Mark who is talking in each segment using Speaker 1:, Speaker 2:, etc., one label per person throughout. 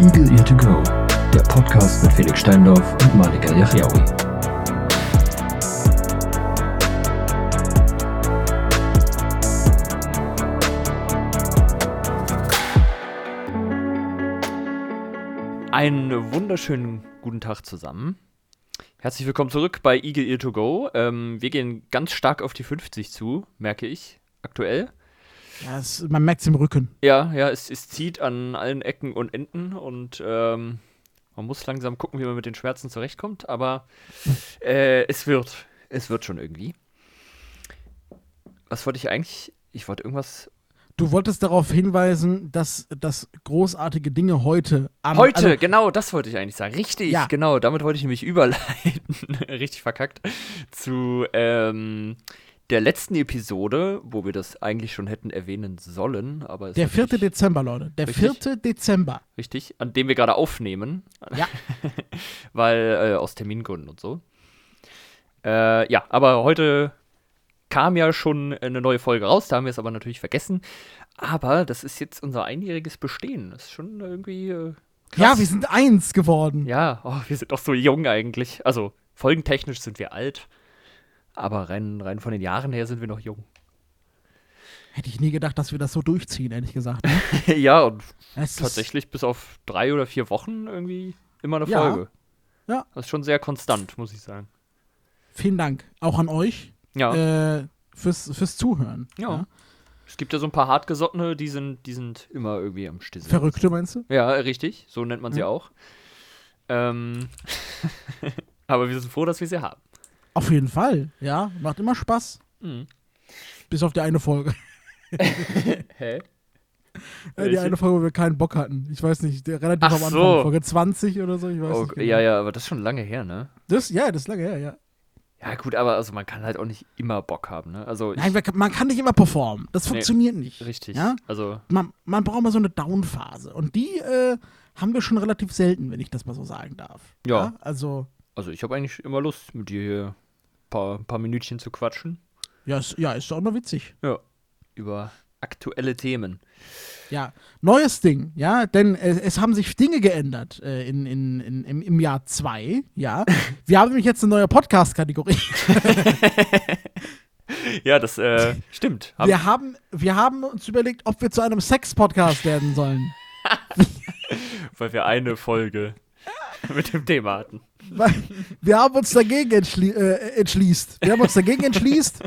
Speaker 1: Eagle Ear to Go, der Podcast mit Felix Steindorf und Malika Yachiaoui.
Speaker 2: Einen wunderschönen guten Tag zusammen. Herzlich willkommen zurück bei Eagle Ear to Go. Ähm, wir gehen ganz stark auf die 50 zu, merke ich aktuell.
Speaker 3: Ja, es, man merkt es im Rücken.
Speaker 2: Ja, ja, es, es zieht an allen Ecken und Enden und ähm, man muss langsam gucken, wie man mit den Schmerzen zurechtkommt, aber äh, es wird. Es wird schon irgendwie. Was wollte ich eigentlich? Ich wollte irgendwas.
Speaker 3: Du wolltest darauf hinweisen, dass, dass großartige Dinge heute am
Speaker 2: Heute,
Speaker 3: also,
Speaker 2: genau, das wollte ich eigentlich sagen. Richtig,
Speaker 3: Ja.
Speaker 2: genau. Damit wollte ich nämlich überleiten. Richtig verkackt. Zu ähm, der letzten Episode, wo wir das eigentlich schon hätten erwähnen sollen, aber es
Speaker 3: der
Speaker 2: hat
Speaker 3: 4.
Speaker 2: nicht-
Speaker 3: Dezember, Leute. Der
Speaker 2: Richtig.
Speaker 3: 4. Dezember.
Speaker 2: Richtig, an dem wir gerade aufnehmen.
Speaker 3: Ja.
Speaker 2: Weil äh, aus Termingründen und so. Äh, ja, aber heute kam ja schon eine neue Folge raus, da haben wir es aber natürlich vergessen. Aber das ist jetzt unser einjähriges Bestehen. Das ist schon irgendwie äh, krass.
Speaker 3: Ja, wir sind eins geworden.
Speaker 2: Ja, oh, wir sind doch so jung eigentlich. Also folgentechnisch sind wir alt, aber rein, rein von den Jahren her sind wir noch jung.
Speaker 3: Hätte ich nie gedacht, dass wir das so durchziehen, ehrlich gesagt.
Speaker 2: ja, und
Speaker 3: Es ist-
Speaker 2: tatsächlich bis auf drei oder vier Wochen irgendwie immer eine
Speaker 3: Ja.
Speaker 2: Folge.
Speaker 3: Ja.
Speaker 2: Das ist schon sehr konstant, muss ich sagen.
Speaker 3: Vielen Dank auch an euch
Speaker 2: Ja,
Speaker 3: äh, fürs, fürs Zuhören.
Speaker 2: Ja. es gibt ja so ein paar hartgesottene, die sind, die sind immer irgendwie am Stissel.
Speaker 3: Verrückte meinst du?
Speaker 2: Ja, richtig, so nennt man sie
Speaker 3: Mhm.
Speaker 2: auch. Ähm, aber wir sind froh, dass wir sie haben.
Speaker 3: Auf jeden Fall. Ja, macht immer Spaß.
Speaker 2: Mhm.
Speaker 3: Bis auf die eine Folge.
Speaker 2: Hä?
Speaker 3: Die
Speaker 2: Welche?
Speaker 3: eine Folge, wo wir keinen Bock hatten. Ich weiß nicht, der relativ
Speaker 2: Ach
Speaker 3: am Anfang.
Speaker 2: so.
Speaker 3: Folge 20 oder so, ich weiß
Speaker 2: Oh,
Speaker 3: nicht. genau.
Speaker 2: ja, ja, aber das ist schon lange her, ne?
Speaker 3: Das, ja, das ist lange her, ja.
Speaker 2: Ja, gut, aber also man kann halt auch nicht immer Bock haben, ne? Also, ich,
Speaker 3: Nein, wir- man kann nicht immer performen. Das
Speaker 2: Nee.
Speaker 3: funktioniert nicht.
Speaker 2: richtig.
Speaker 3: Ja?
Speaker 2: Also,
Speaker 3: Man, man braucht mal so eine Down-Phase. Und die äh, haben wir schon relativ selten, wenn ich das mal so sagen darf.
Speaker 2: Ja.
Speaker 3: also,
Speaker 2: also ich habe eigentlich immer Lust, mit dir hier ein paar, ein paar Minütchen zu quatschen
Speaker 3: ja, ist, ja, ist doch immer witzig.
Speaker 2: über aktuelle Themen.
Speaker 3: Ja. Neues Ding, ja, denn es, es haben sich Dinge geändert äh, in, in, in, im, im Jahr 2, ja. Wir haben nämlich jetzt eine neue Podcast-Kategorie.
Speaker 2: Ja, das äh, stimmt. Hab,
Speaker 3: Wir haben, wir haben uns überlegt, ob wir zu einem Sex-Podcast werden sollen.
Speaker 2: Weil wir eine Folge mit dem Thema hatten.
Speaker 3: Weil wir haben uns dagegen entschli äh, entschließt. Wir haben uns dagegen entschließt.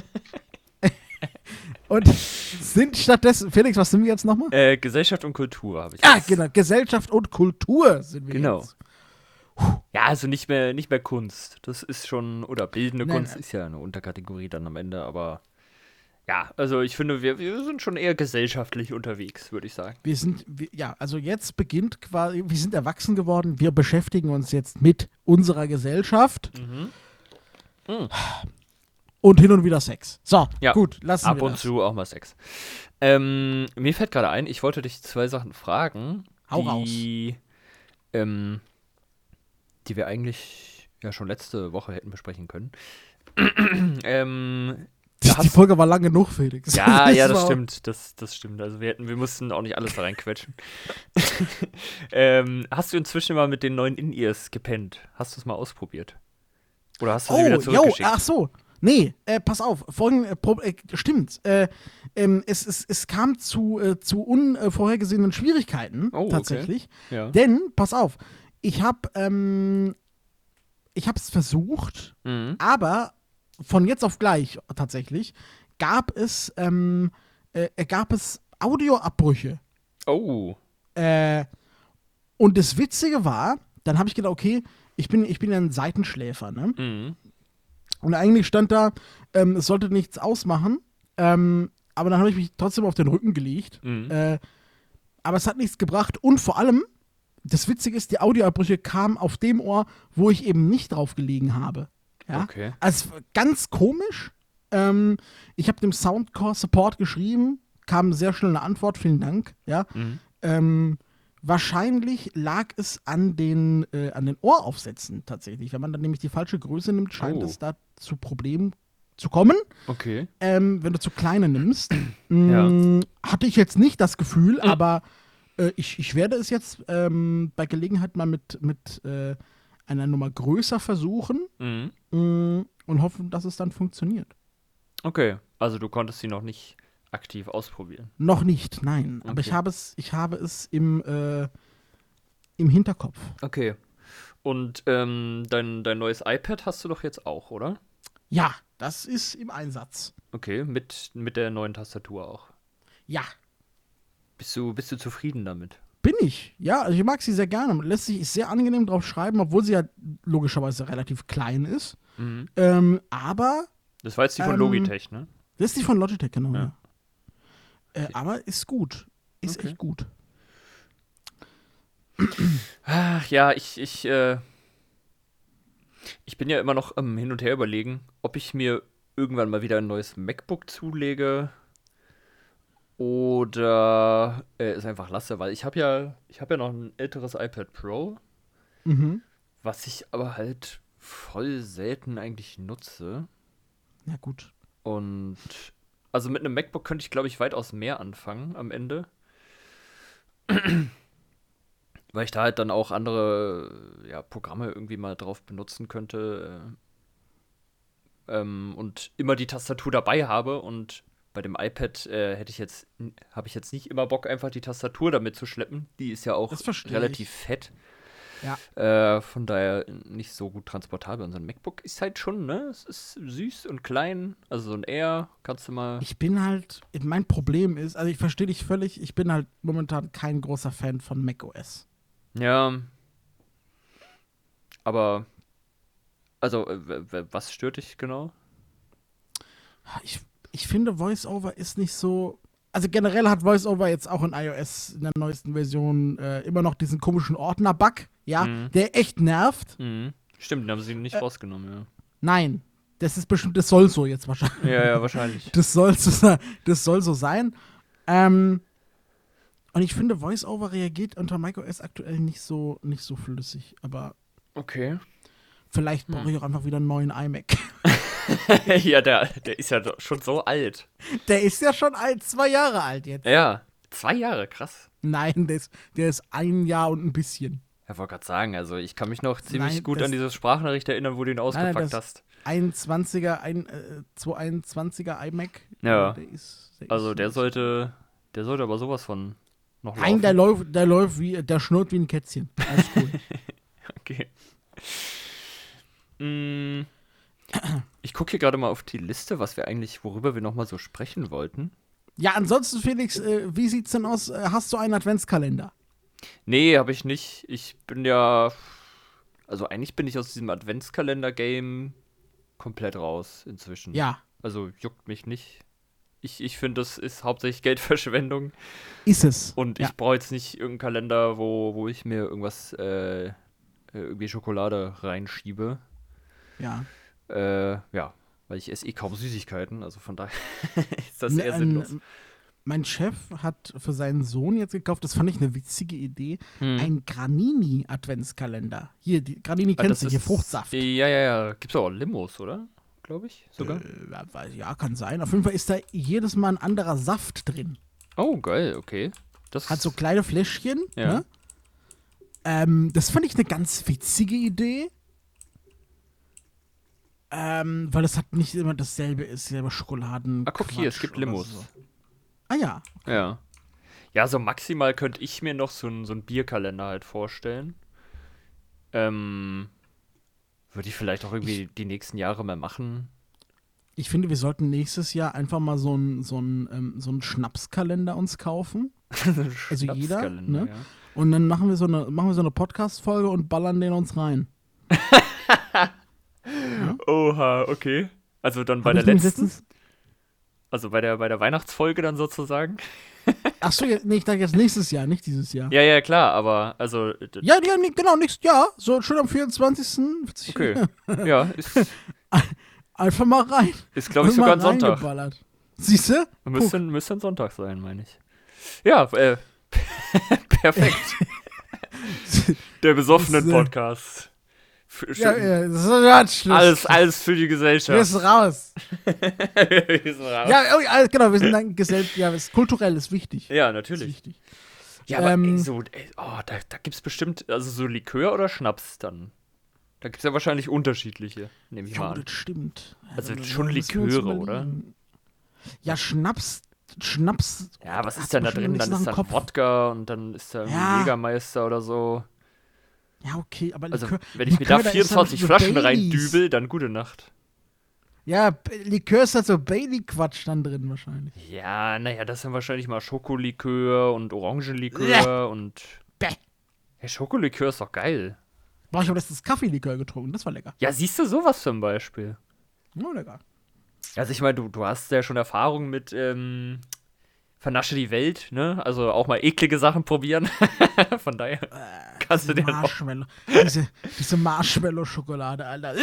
Speaker 3: und sind stattdessen. Felix, was sind wir jetzt nochmal?
Speaker 2: Äh, Gesellschaft und Kultur habe ich.
Speaker 3: Ah,
Speaker 2: jetzt.
Speaker 3: genau. Gesellschaft und Kultur sind wir
Speaker 2: Genau.
Speaker 3: jetzt.
Speaker 2: Ja, also nicht mehr, nicht mehr Kunst. Das ist schon, oder bildende
Speaker 3: Nein,
Speaker 2: Kunst
Speaker 3: nein.
Speaker 2: ist ja eine Unterkategorie dann am Ende, aber ja, also ich finde, wir, wir sind schon eher gesellschaftlich unterwegs, würde ich sagen.
Speaker 3: Wir sind, wir, ja, also jetzt beginnt quasi, wir sind erwachsen geworden, wir beschäftigen uns jetzt mit unserer Gesellschaft und hin und wieder Sex.
Speaker 2: Mhm.
Speaker 3: So,
Speaker 2: Ja,
Speaker 3: gut, lassen
Speaker 2: Ab
Speaker 3: wir
Speaker 2: und
Speaker 3: das.
Speaker 2: zu auch mal Sex. Ähm, mir fällt gerade ein, ich wollte dich zwei Sachen fragen,
Speaker 3: Hau
Speaker 2: die, ähm, die wir eigentlich ja schon letzte Woche hätten besprechen können. ähm, da
Speaker 3: Die, die
Speaker 2: hast-
Speaker 3: Folge war lang genug, Felix.
Speaker 2: ja, ja, das
Speaker 3: war-
Speaker 2: stimmt, das, das stimmt. Also wir hätten, wir mussten auch nicht alles da reinquetschen. ähm, hast du inzwischen mal mit den neuen In-Ears gepennt? Hast du es mal ausprobiert? Oder hast du sie wieder
Speaker 3: Oh, yo,
Speaker 2: zurückgeschickt?
Speaker 3: ach so. Nee, äh, pass auf, folgend, äh, Pro- äh, stimmt. Äh, ähm, es, es, es kam zu, äh, zu unvorhergesehenen Schwierigkeiten
Speaker 2: Oh, okay.
Speaker 3: tatsächlich.
Speaker 2: ja.
Speaker 3: Denn, pass auf, ich habe ähm, ich hab's versucht,
Speaker 2: Mhm.
Speaker 3: aber von jetzt auf gleich tatsächlich gab es, ähm, äh, gab es Audioabbrüche.
Speaker 2: Oh,
Speaker 3: Äh, und das Witzige war, dann habe ich gedacht, okay, ich bin, ich bin ja ein Seitenschläfer, ne?
Speaker 2: mhm.
Speaker 3: Und eigentlich stand da, ähm, es sollte nichts ausmachen. Ähm, aber dann habe ich mich trotzdem auf den Rücken gelegt.
Speaker 2: Mhm.
Speaker 3: Äh, aber es hat nichts gebracht. Und vor allem, das Witzige ist, die Audioabbrüche kamen auf dem Ohr, wo ich eben nicht drauf gelegen habe. Ja?
Speaker 2: Okay.
Speaker 3: Also es war ganz komisch. Ähm, ich habe dem Soundcore Support geschrieben, kam sehr schnell eine Antwort, vielen Dank. Ja?
Speaker 2: Mhm.
Speaker 3: Ähm, wahrscheinlich lag es an den, äh, an den Ohraufsätzen tatsächlich. Wenn man dann nämlich die falsche Größe nimmt, scheint
Speaker 2: Oh.
Speaker 3: es da zu Problemen zu kommen.
Speaker 2: Okay.
Speaker 3: Ähm, wenn du zu kleine nimmst, Mm, hatte ich jetzt nicht das Gefühl, aber Äh, ich, ich werde es jetzt ähm, bei Gelegenheit mal mit, mit äh, einer Nummer größer versuchen
Speaker 2: Mhm.
Speaker 3: mm, und hoffen, dass es dann funktioniert.
Speaker 2: Okay, also du konntest sie noch nicht aktiv ausprobieren.
Speaker 3: Noch nicht, nein. Aber
Speaker 2: Okay.
Speaker 3: ich habe es, ich habe es im, äh, im Hinterkopf.
Speaker 2: Okay. Und ähm, dein, dein neues iPad hast du doch jetzt auch, oder?
Speaker 3: Ja, das ist im Einsatz.
Speaker 2: Okay, mit, mit der neuen Tastatur auch.
Speaker 3: Ja,
Speaker 2: Bist du, bist du zufrieden damit?
Speaker 3: bin ich. Ja, also ich mag sie sehr gerne. Man Lässt sich sehr angenehm drauf schreiben, obwohl sie ja logischerweise relativ klein ist.
Speaker 2: Mhm.
Speaker 3: Ähm, aber
Speaker 2: Das war jetzt die von
Speaker 3: Ähm,
Speaker 2: Logitech, ne?
Speaker 3: das ist die von Logitech, genau.
Speaker 2: Ja.
Speaker 3: Ja. Äh, aber ist gut. Ist
Speaker 2: Okay.
Speaker 3: echt gut.
Speaker 2: Ach ja, ich, ich, äh, ich bin ja immer noch am Hin und Her überlegen, ob ich mir irgendwann mal wieder ein neues MacBook zulege oder äh, es einfach lasse, weil ich habe ja, ich habe ja noch ein älteres iPad Pro,
Speaker 3: Mhm.
Speaker 2: was ich aber halt voll selten eigentlich nutze.
Speaker 3: Ja, gut.
Speaker 2: Und also mit einem MacBook könnte ich, glaube ich, weitaus mehr anfangen am Ende. Weil ich da halt dann auch andere äh, ja, Programme irgendwie mal drauf benutzen könnte. äh, Ähm, und immer die Tastatur dabei habe. Und bei dem iPad äh, hätte ich jetzt, habe ich jetzt nicht immer Bock, einfach die Tastatur damit zu schleppen. Die ist ja auch
Speaker 3: Das verstehe ich.
Speaker 2: relativ fett.
Speaker 3: Ja.
Speaker 2: Äh, von daher nicht so gut transportabel. Und so ein MacBook ist halt schon, ne? Es ist süß und klein. Also so ein Air kannst du mal.
Speaker 3: Ich bin halt, mein Problem ist, also ich verstehe dich völlig, ich bin halt momentan kein großer Fan von macOS.
Speaker 2: Ja. Aber. Also, äh, w- w- was stört dich genau?
Speaker 3: Ich, ich finde, VoiceOver ist nicht so. Also generell hat VoiceOver jetzt auch in iOS in der neuesten Version äh, immer noch diesen komischen Ordner-Bug, ja,
Speaker 2: Mhm.
Speaker 3: der echt nervt.
Speaker 2: Mhm. Stimmt, den haben sie
Speaker 3: Äh.
Speaker 2: nicht rausgenommen,
Speaker 3: Nein, das ist bestimmt, das soll so jetzt wahrscheinlich.
Speaker 2: ja. Ja, ja, wahrscheinlich.
Speaker 3: Das soll so, se- das soll so sein. Ähm, und ich finde, VoiceOver reagiert unter macOS aktuell nicht so, nicht so flüssig. Aber
Speaker 2: Okay.
Speaker 3: vielleicht brauche ich auch einfach wieder einen neuen iMac.
Speaker 2: ja, der, der ist ja doch schon so alt.
Speaker 3: Der ist ja schon alt, zwei Jahre alt jetzt.
Speaker 2: Ja. Zwei Jahre, krass.
Speaker 3: Nein, der ist, der ist ein Jahr und ein bisschen.
Speaker 2: Ja, wollte gerade sagen, also ich kann mich noch ziemlich
Speaker 3: Nein,
Speaker 2: gut
Speaker 3: das-
Speaker 2: an diese Sprachnachricht erinnern, wo du ihn
Speaker 3: Nein,
Speaker 2: ausgepackt
Speaker 3: nein, das-
Speaker 2: hast.
Speaker 3: 21er, ein, äh, 221er iMac.
Speaker 2: Ja.
Speaker 3: Der ist, der
Speaker 2: Also
Speaker 3: ist
Speaker 2: der sollte, der sollte aber sowas von noch laufen.
Speaker 3: Nein, der läuft, der läuft wie, der schnurrt wie ein Kätzchen. Alles cool.
Speaker 2: okay. Mm, ich gucke hier gerade mal auf die Liste, was wir eigentlich, worüber wir nochmal so sprechen wollten.
Speaker 3: ja, ansonsten, Felix, äh, wie sieht's denn aus? Äh, Hast du einen Adventskalender?
Speaker 2: Nee, habe ich nicht. Ich bin ja, also eigentlich bin ich aus diesem Adventskalender-Game komplett raus inzwischen.
Speaker 3: Ja,
Speaker 2: Also juckt mich nicht. Ich, ich finde, das ist hauptsächlich Geldverschwendung.
Speaker 3: ist es.
Speaker 2: Und
Speaker 3: ja.
Speaker 2: ich brauche jetzt nicht irgendeinen Kalender, wo, wo ich mir irgendwas, äh, äh, irgendwie Schokolade reinschiebe.
Speaker 3: Ja.
Speaker 2: Äh, ja, weil ich esse eh kaum Süßigkeiten, also von daher ist das
Speaker 3: Ne,
Speaker 2: eher
Speaker 3: ähm,
Speaker 2: sinnlos.
Speaker 3: Mein Chef hat für seinen Sohn jetzt gekauft, das fand ich eine witzige Idee,
Speaker 2: Hm.
Speaker 3: ein Granini-Adventskalender. Hier, die, Granini
Speaker 2: Ah,
Speaker 3: kennt
Speaker 2: das
Speaker 3: sich, hier
Speaker 2: ist-
Speaker 3: Fruchtsaft.
Speaker 2: Ja, ja, ja. Gibt's auch Limos, oder? Glaube ich sogar.
Speaker 3: Äh, ja, kann sein. Auf jeden Fall ist da jedes Mal ein anderer Saft drin.
Speaker 2: Oh, geil, okay. Das
Speaker 3: Hat so kleine Fläschchen.
Speaker 2: Ja.
Speaker 3: Ne? Ähm, das fand ich eine ganz witzige Idee. Ähm, weil es hat nicht immer dasselbe ist, selber Schokoladen.
Speaker 2: Ah, guck hier, es
Speaker 3: Quatsch
Speaker 2: gibt
Speaker 3: oder
Speaker 2: Limos.
Speaker 3: So. Ah ja.
Speaker 2: Ja. Ja, so maximal könnte ich mir noch so einen so einen Bierkalender halt vorstellen. Ähm, würde ich vielleicht auch irgendwie die nächsten Jahre mal machen.
Speaker 3: Ich finde, wir sollten nächstes Jahr einfach mal so einen so einen, ähm, so einen Schnapskalender uns kaufen.
Speaker 2: also
Speaker 3: jeder, ne? Und dann machen wir so eine, machen wir so eine Podcast-Folge und ballern den uns rein.
Speaker 2: Oha, okay. Also dann bei
Speaker 3: Hab
Speaker 2: der
Speaker 3: ich nämlich
Speaker 2: letzten,
Speaker 3: letztens-
Speaker 2: also bei der, bei der Weihnachtsfolge dann sozusagen.
Speaker 3: Ach so, jetzt- nee, ich dachte jetzt nächstes Jahr, nicht dieses Jahr.
Speaker 2: Ja, ja, klar, aber also. d-
Speaker 3: Ja, ja, nee, genau, nächstes Jahr. So schön am 24.
Speaker 2: Okay. ja, ist,
Speaker 3: Einfach mal rein.
Speaker 2: ist glaube ich, sogar ein Sonntag.
Speaker 3: Siehst du?
Speaker 2: Müsste, müsste ein Sonntag sein, meine ich. Ja, äh, perfekt. der besoffenen
Speaker 3: Das, äh,
Speaker 2: Podcast. Für,
Speaker 3: Ja, ja, das ist ja, Schluss.
Speaker 2: Alles, alles für die Gesellschaft.
Speaker 3: Wir sind raus.
Speaker 2: Wir sind raus.
Speaker 3: Ja, oh, ja, genau, wir sind dann gesellt. Ja, das kulturell ist wichtig.
Speaker 2: ja,
Speaker 3: Ist
Speaker 2: natürlich.
Speaker 3: wichtig.
Speaker 2: Ja, aber
Speaker 3: Ähm,
Speaker 2: ey, so, ey, oh, da, da gibt es bestimmt, also so Likör oder Schnaps dann. Da gibt es ja wahrscheinlich unterschiedliche, nehme ich mal
Speaker 3: Jo,
Speaker 2: an.
Speaker 3: das stimmt.
Speaker 2: Also
Speaker 3: Da
Speaker 2: schon
Speaker 3: müssen wir uns
Speaker 2: Liköre, oder?
Speaker 3: überlegen. Ja, Schnaps. Schnaps.
Speaker 2: Ja, was ist
Speaker 3: Hast
Speaker 2: denn
Speaker 3: du
Speaker 2: da
Speaker 3: schon
Speaker 2: drin?
Speaker 3: nichts
Speaker 2: Dann ist
Speaker 3: nach
Speaker 2: da
Speaker 3: dem Kopf?
Speaker 2: Wodka und dann ist da irgendwie
Speaker 3: Ja.
Speaker 2: Jägermeister oder so.
Speaker 3: Ja, okay, aber
Speaker 2: Also,
Speaker 3: Likör.
Speaker 2: wenn ich mir
Speaker 3: Likör,
Speaker 2: da
Speaker 3: ist halt
Speaker 2: 24
Speaker 3: so
Speaker 2: Flaschen
Speaker 3: Baileys.
Speaker 2: reindübel, dann gute Nacht.
Speaker 3: Ja, B- Likör ist halt so Bailey-Quatsch dann drin wahrscheinlich.
Speaker 2: Ja, naja, das sind wahrscheinlich mal Schokolikör und Orangenlikör und.
Speaker 3: Bäh.
Speaker 2: Hey, Schokolikör ist doch geil.
Speaker 3: Boah, ich habe letztens Kaffee-Likör getrunken. Das war lecker.
Speaker 2: Ja, siehst du sowas zum Beispiel?
Speaker 3: Ja, lecker.
Speaker 2: Also, ich meine, du, du hast ja schon Erfahrung mit ähm, Vernasche die Welt, ne? Also auch mal eklige Sachen probieren. Von daher kannst du dir dann auch,
Speaker 3: Marshmallow. diese diese Marshmallow-Schokolade, Alter.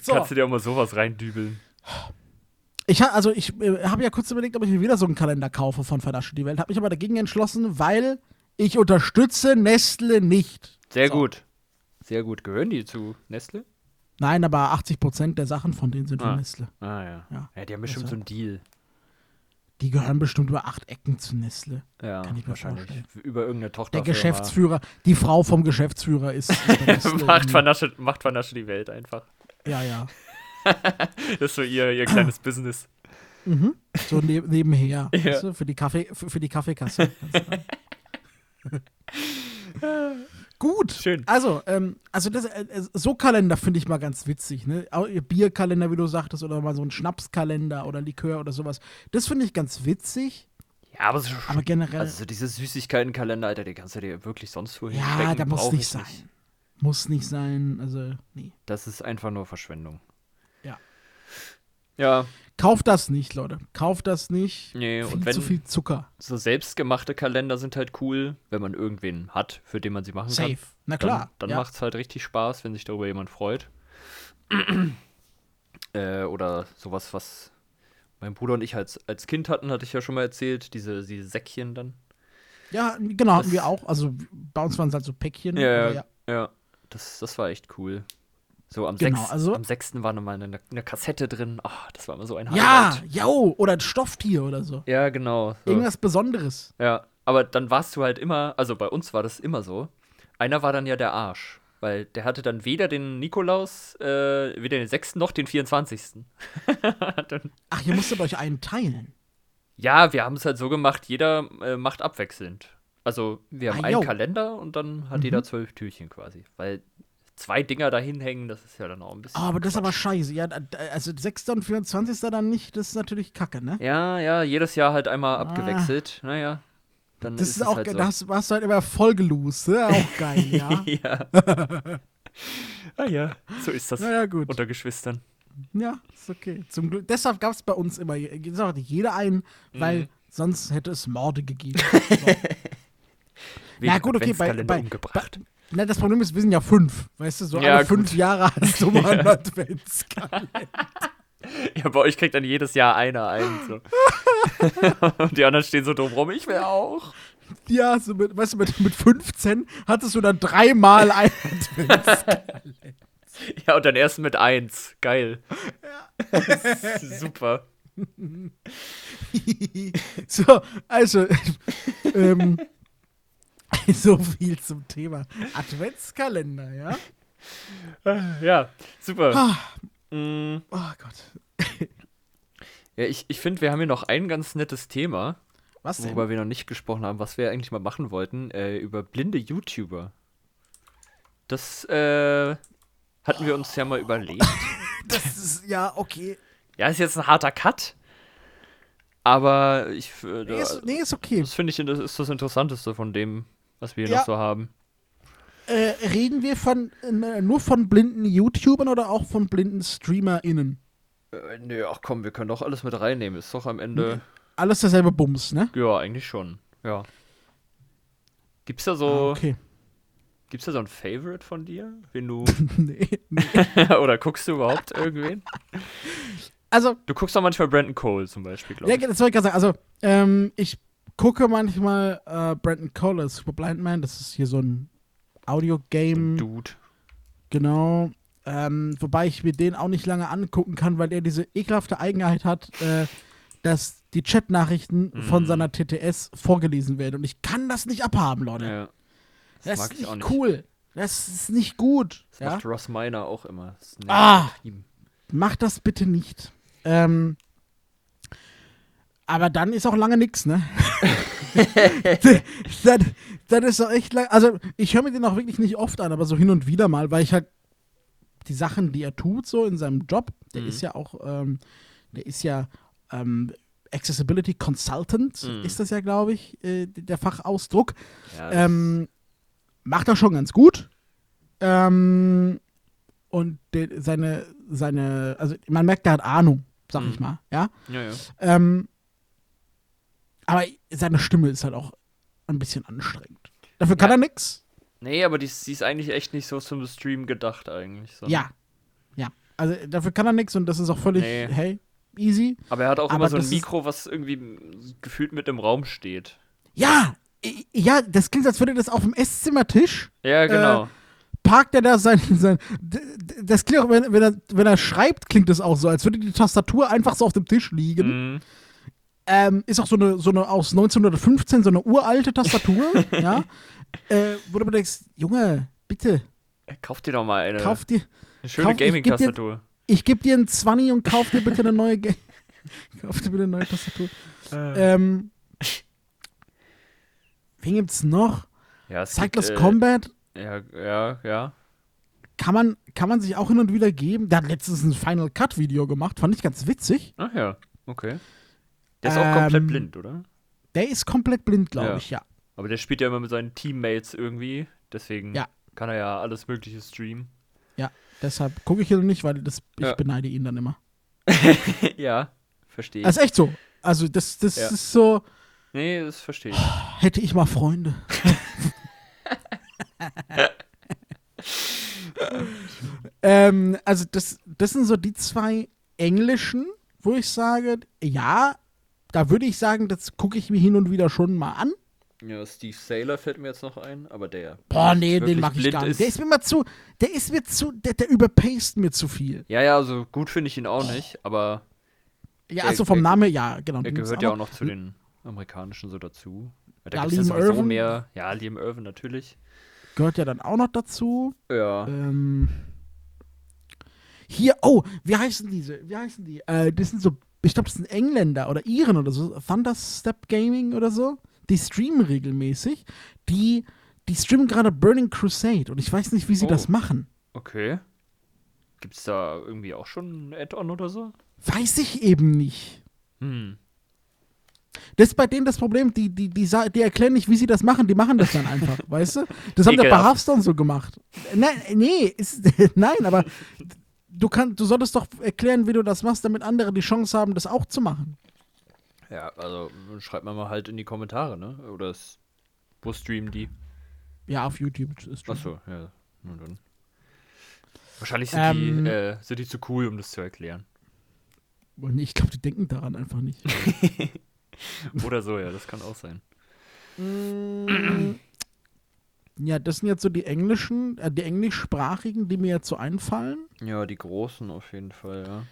Speaker 3: so,
Speaker 2: kannst du dir auch mal sowas reindübeln.
Speaker 3: ich, ha- also ich äh, habe ja kurz überlegt, ob ich mir wieder so einen Kalender kaufe von Verdasche die Welt. Habe mich aber dagegen entschlossen, weil ich unterstütze Nestle nicht.
Speaker 2: Sehr
Speaker 3: So.
Speaker 2: gut. Sehr gut. Gehören die zu Nestle?
Speaker 3: Nein, aber 80% der Sachen von denen sind von
Speaker 2: Ah.
Speaker 3: Nestle.
Speaker 2: Ah, ja. Ja, Also.
Speaker 3: Ja.
Speaker 2: die haben bestimmt so einen Deal.
Speaker 3: Die gehören bestimmt über acht Ecken zu Nestle.
Speaker 2: Ja,
Speaker 3: Kann ich mir
Speaker 2: wahrscheinlich.
Speaker 3: vorstellen.
Speaker 2: Über irgendeine
Speaker 3: Der
Speaker 2: Tochter.
Speaker 3: Geschäftsführer, die Frau vom Geschäftsführer ist. ist bei Nestle.
Speaker 2: macht, Vernasche, macht Vernasche die Welt einfach.
Speaker 3: ja, ja.
Speaker 2: Das ist so ihr, ihr kleines Business.
Speaker 3: Mhm. So ne nebenher.
Speaker 2: Ja.
Speaker 3: Weißt du, für, die Kaffee, für, für die Kaffeekasse. Ganz genau. Gut.
Speaker 2: Schön.
Speaker 3: Also, ähm, also das, äh, äh, so Kalender finde ich mal ganz witzig. Ne? Au- Bierkalender, wie du sagtest, oder mal so ein Schnapskalender oder Likör oder sowas. Das finde ich ganz witzig,
Speaker 2: Ja, aber so,
Speaker 3: aber generell.
Speaker 2: also so diese Süßigkeitenkalender, Alter, den kannst du dir wirklich sonst wohin
Speaker 3: ja,
Speaker 2: stecken,
Speaker 3: da muss
Speaker 2: brauch
Speaker 3: nicht
Speaker 2: ich
Speaker 3: sein. Muss nicht sein. Also, nee.
Speaker 2: Das ist einfach nur Verschwendung.
Speaker 3: Ja.
Speaker 2: Ja,
Speaker 3: Kauft das nicht, Leute. Kauft das nicht.
Speaker 2: Nee,
Speaker 3: viel
Speaker 2: und wenn-
Speaker 3: zu viel Zucker.
Speaker 2: so selbstgemachte Kalender sind halt cool, wenn man irgendwen hat, für den man sie machen
Speaker 3: Safe.
Speaker 2: kann.
Speaker 3: Na klar.
Speaker 2: Dann, dann
Speaker 3: ja.
Speaker 2: macht's halt richtig Spaß, wenn sich darüber jemand freut. äh, oder sowas, was mein Bruder und ich als, als Kind hatten, hatte ich ja schon mal erzählt, diese, diese Säckchen dann.
Speaker 3: ja, genau, hatten
Speaker 2: Das-
Speaker 3: wir auch. Also bei uns waren es halt so Päckchen.
Speaker 2: Ja,
Speaker 3: aber
Speaker 2: ja. Das, das war echt cool. So am,
Speaker 3: Genau,
Speaker 2: 6,
Speaker 3: also-
Speaker 2: am 6. war nochmal eine, eine Kassette drin. Ah, das war immer so ein
Speaker 3: Ja,
Speaker 2: Highlight.
Speaker 3: yo, oder ein Stofftier oder so.
Speaker 2: Ja, genau. So.
Speaker 3: Irgendwas Besonderes.
Speaker 2: Ja, aber dann warst du halt immer, also bei uns war das immer so. Einer war dann ja der Arsch, weil der hatte dann weder den Nikolaus, äh, weder den 6. noch den 24. dann,
Speaker 3: Ach, ihr musstet euch einen teilen.
Speaker 2: ja, wir haben es halt so gemacht, jeder äh, macht abwechselnd. Also wir haben
Speaker 3: Ah,
Speaker 2: einen
Speaker 3: jo. Mhm.
Speaker 2: Kalender und dann hat jeder zwölf Türchen quasi, weil zwei Dinger da hinhängen, das ist ja dann auch ein bisschen.
Speaker 3: Oh, aber das ist aber scheiße. Ja, da- also 6. und 24. dann nicht, das ist natürlich kacke, ne?
Speaker 2: Ja, ja, jedes Jahr halt einmal abgewechselt. Naja, dann
Speaker 3: Ah. Das
Speaker 2: ist,
Speaker 3: ist
Speaker 2: es
Speaker 3: auch,
Speaker 2: halt
Speaker 3: ge-
Speaker 2: so.
Speaker 3: da hast, warst du halt immer voll gelost, ne? Auch geil, ja.
Speaker 2: ja. ah ja, so ist das
Speaker 3: Naja, gut.
Speaker 2: unter Geschwistern.
Speaker 3: Ja, ist okay. Zum Glück. Deshalb gab es bei uns immer, je- wie gesagt, jeder einen, weil
Speaker 2: Mhm.
Speaker 3: sonst hätte es Morde gegeben. So. Na gut, okay, bei,
Speaker 2: Adventskalender
Speaker 3: bei,
Speaker 2: umgebracht.
Speaker 3: Bei, na, das Problem ist, wir sind ja fünf. Weißt du, so
Speaker 2: Ja,
Speaker 3: alle
Speaker 2: gut.
Speaker 3: fünf Jahre hast du mal einen Adventskalender.
Speaker 2: ja, bei euch kriegt dann jedes Jahr einer ein. So. Und die anderen stehen so drum rum, ich will auch.
Speaker 3: Ja, so mit, weißt du, mit, mit 15 hattest du dann dreimal einen Adventskalender.
Speaker 2: Ja, und dann erst mit eins. Geil. Super.
Speaker 3: so, also, ähm, so viel zum Thema Adventskalender, ja?
Speaker 2: Ja, super.
Speaker 3: Ah,
Speaker 2: Mm,
Speaker 3: Oh Gott.
Speaker 2: Ja, ich, ich finde, wir haben hier noch ein ganz nettes Thema,
Speaker 3: Was denn?
Speaker 2: worüber wir noch nicht gesprochen haben, was wir eigentlich mal machen wollten, äh, über blinde YouTuber. Das äh, hatten wir uns ja mal überlegt.
Speaker 3: das ist, ja, okay.
Speaker 2: Ja, ist jetzt ein harter Cut. Aber ich. Äh,
Speaker 3: Nee, ist, nee, ist okay.
Speaker 2: Das finde ich das ist das Interessanteste von dem, was wir hier
Speaker 3: Ja.
Speaker 2: noch so haben.
Speaker 3: Äh, reden wir von, äh, nur von blinden YouTubern oder auch von blinden StreamerInnen?
Speaker 2: Äh, nö, ach komm, wir können doch alles mit reinnehmen. Ist doch am Ende.
Speaker 3: Alles derselbe Bums, ne?
Speaker 2: Ja, eigentlich schon. Ja. Gibt's da
Speaker 3: Ah,
Speaker 2: so,
Speaker 3: Okay.
Speaker 2: gibt's da so ein Favorite von dir? Wenn du.
Speaker 3: nee, nee.
Speaker 2: oder guckst du überhaupt irgendwen?
Speaker 3: Also,
Speaker 2: Du guckst doch manchmal Brandon Cole zum Beispiel, glaube
Speaker 3: Ja,
Speaker 2: ich.
Speaker 3: das wollte ich gerade sagen. Also, ähm, ich gucke manchmal äh, Brandon Cole als Super Blind Man. Das ist hier so
Speaker 2: Ein
Speaker 3: ein Audio-Game.
Speaker 2: Dude.
Speaker 3: Genau. Ähm, wobei ich mir den auch nicht lange angucken kann, weil er diese ekelhafte Eigenheit hat, äh, dass die Chatnachrichten von
Speaker 2: Mhm.
Speaker 3: seiner TTS vorgelesen werden. Und ich kann das nicht abhaben, Leute.
Speaker 2: Ja.
Speaker 3: das
Speaker 2: mag
Speaker 3: ist
Speaker 2: ich auch
Speaker 3: nicht
Speaker 2: nicht.
Speaker 3: cool. Das ist nicht gut.
Speaker 2: Das
Speaker 3: ja?
Speaker 2: macht Ross Miner auch immer. Das nervt
Speaker 3: Ah!
Speaker 2: übertrieben.
Speaker 3: Mach das bitte nicht. Ähm, aber dann ist auch lange nix, ne? das, das ist doch echt lang. Also, ich höre mir den auch wirklich nicht oft an, aber so hin und wieder mal, weil ich halt die Sachen, die er tut, so in seinem Job, der
Speaker 2: Mhm.
Speaker 3: ist ja auch, ähm, der ist ja ähm, Accessibility Consultant,
Speaker 2: Mhm.
Speaker 3: ist das ja, glaube ich, äh, der Fachausdruck.
Speaker 2: Ja, Also das-
Speaker 3: Ähm, macht er schon ganz gut. Ähm, und de, seine, seine, also man merkt, der hat Ahnung, sag
Speaker 2: Mhm.
Speaker 3: ich mal, ja.
Speaker 2: ja, ja.
Speaker 3: Ähm, aber seine Stimme ist halt auch ein bisschen anstrengend. Dafür kann
Speaker 2: Ja.
Speaker 3: er nix.
Speaker 2: Nee, aber die, ist- die ist eigentlich echt nicht so zum Stream gedacht, eigentlich. So.
Speaker 3: Ja. Ja. Also dafür kann er nix und das ist auch völlig,
Speaker 2: Nee.
Speaker 3: hey, easy.
Speaker 2: Aber er hat auch
Speaker 3: Aber
Speaker 2: immer so ein
Speaker 3: das ist-
Speaker 2: Mikro, was irgendwie gefühlt mit im Raum steht.
Speaker 3: Ja! i- Ja, das klingt, als würde das auf dem Esszimmertisch
Speaker 2: Ja, genau.
Speaker 3: parkt er da sein. sein d- d- das klingt auch, wenn, wenn, er, wenn er schreibt, klingt es auch so, als würde die Tastatur einfach so auf dem Tisch liegen.
Speaker 2: Mhm.
Speaker 3: Ähm, ist auch so eine, so eine aus 1915, so eine uralte Tastatur, ja. Äh, wo du mir denkst, Junge, bitte,
Speaker 2: Kauf dir doch mal eine,
Speaker 3: kauf dir.
Speaker 2: eine schöne
Speaker 3: kauf- ich geb dir-
Speaker 2: Gaming-Tastatur.
Speaker 3: Ich gebe dir einen Zwanni und kauf dir bitte eine neue Ga Kauf dir bitte eine neue Tastatur.
Speaker 2: Äh.
Speaker 3: Ähm, wen gibt's noch?
Speaker 2: Ja, es gibt,
Speaker 3: Cyclist
Speaker 2: äh,
Speaker 3: Combat
Speaker 2: Ja, ja, ja.
Speaker 3: kann man, kann man sich auch hin und wieder geben. Der hat letztens ein Final Cut Video gemacht, fand ich ganz witzig.
Speaker 2: Ach ja, okay. Der ist auch komplett
Speaker 3: Ähm,
Speaker 2: blind, oder?
Speaker 3: Der ist komplett blind, glaube
Speaker 2: Ja.
Speaker 3: ich, ja.
Speaker 2: Aber der spielt ja immer mit seinen Teammates irgendwie. Deswegen
Speaker 3: Ja.
Speaker 2: kann er ja alles Mögliche streamen.
Speaker 3: Deshalb gucke ich ihn nicht, weil das, ich
Speaker 2: Ja.
Speaker 3: beneide ihn dann immer.
Speaker 2: ja, verstehe ich.
Speaker 3: Das ist echt so. Also, das, das
Speaker 2: Ja.
Speaker 3: ist so,
Speaker 2: nee, das verstehe ich.
Speaker 3: hätte ich mal Freunde. ähm, also, das, das sind so die zwei englischen, wo ich sage, ja, da würde ich sagen, das gucke ich mir hin und wieder schon mal an.
Speaker 2: Ja, Steve Saylor fällt mir jetzt noch ein, aber der.
Speaker 3: Boah, nee,
Speaker 2: Wirklich
Speaker 3: den mag ich
Speaker 2: blind
Speaker 3: gar nicht.
Speaker 2: ist-
Speaker 3: Der ist mir mal zu, der ist mir zu, der, der überpaced mir zu viel.
Speaker 2: Ja, ja, also gut finde ich ihn auch
Speaker 3: Oh.
Speaker 2: nicht, aber
Speaker 3: Ja,
Speaker 2: Der-
Speaker 3: also vom
Speaker 2: der-
Speaker 3: Namen, ja, genau.
Speaker 2: er
Speaker 3: den gibt's
Speaker 2: gehört ja
Speaker 3: aber-
Speaker 2: auch noch zu den amerikanischen so dazu. Da
Speaker 3: Ja,
Speaker 2: gibt's ja
Speaker 3: Liam
Speaker 2: sowieso
Speaker 3: Irvin.
Speaker 2: mehr. Ja, Liam Irvin natürlich.
Speaker 3: gehört ja dann auch noch dazu.
Speaker 2: Ja.
Speaker 3: Ähm, hier, oh, wie heißen diese? Wie heißen die? Äh, das sind so, ich glaube, das sind Engländer oder Iren oder so, Thunderstep Gaming oder so. Die streamen regelmäßig. Die, die streamen gerade Burning Crusade und ich weiß nicht, wie sie
Speaker 2: Oh.
Speaker 3: das machen.
Speaker 2: Okay. Gibt's da irgendwie auch schon ein Add-on oder so?
Speaker 3: Weiß ich eben nicht.
Speaker 2: Hm.
Speaker 3: Das ist bei denen das Problem, die, die, die, sa- die erklären nicht, wie sie das machen, die machen das dann einfach, weißt du? Das haben wir bei
Speaker 2: Ekelhaft.
Speaker 3: Hearthstone so gemacht. Nein, nee, ist, nein, aber du, kann, du solltest doch erklären, wie du das machst, damit andere die Chance haben, das auch zu machen.
Speaker 2: Ja, also schreibt man mal halt in die Kommentare, ne? Oder es, wo streamen die?
Speaker 3: Ja, auf YouTube ist schon.
Speaker 2: Achso, ja. Nun dann. Wahrscheinlich sind,
Speaker 3: Ähm.
Speaker 2: die, äh, sind die zu cool, um das zu erklären.
Speaker 3: Und Ich glaube, die denken daran einfach nicht.
Speaker 2: Oder so, ja, das kann auch sein.
Speaker 3: ja, das sind jetzt so die englischen, äh, die englischsprachigen, die mir jetzt so einfallen.
Speaker 2: Ja, die Großen auf jeden Fall, ja.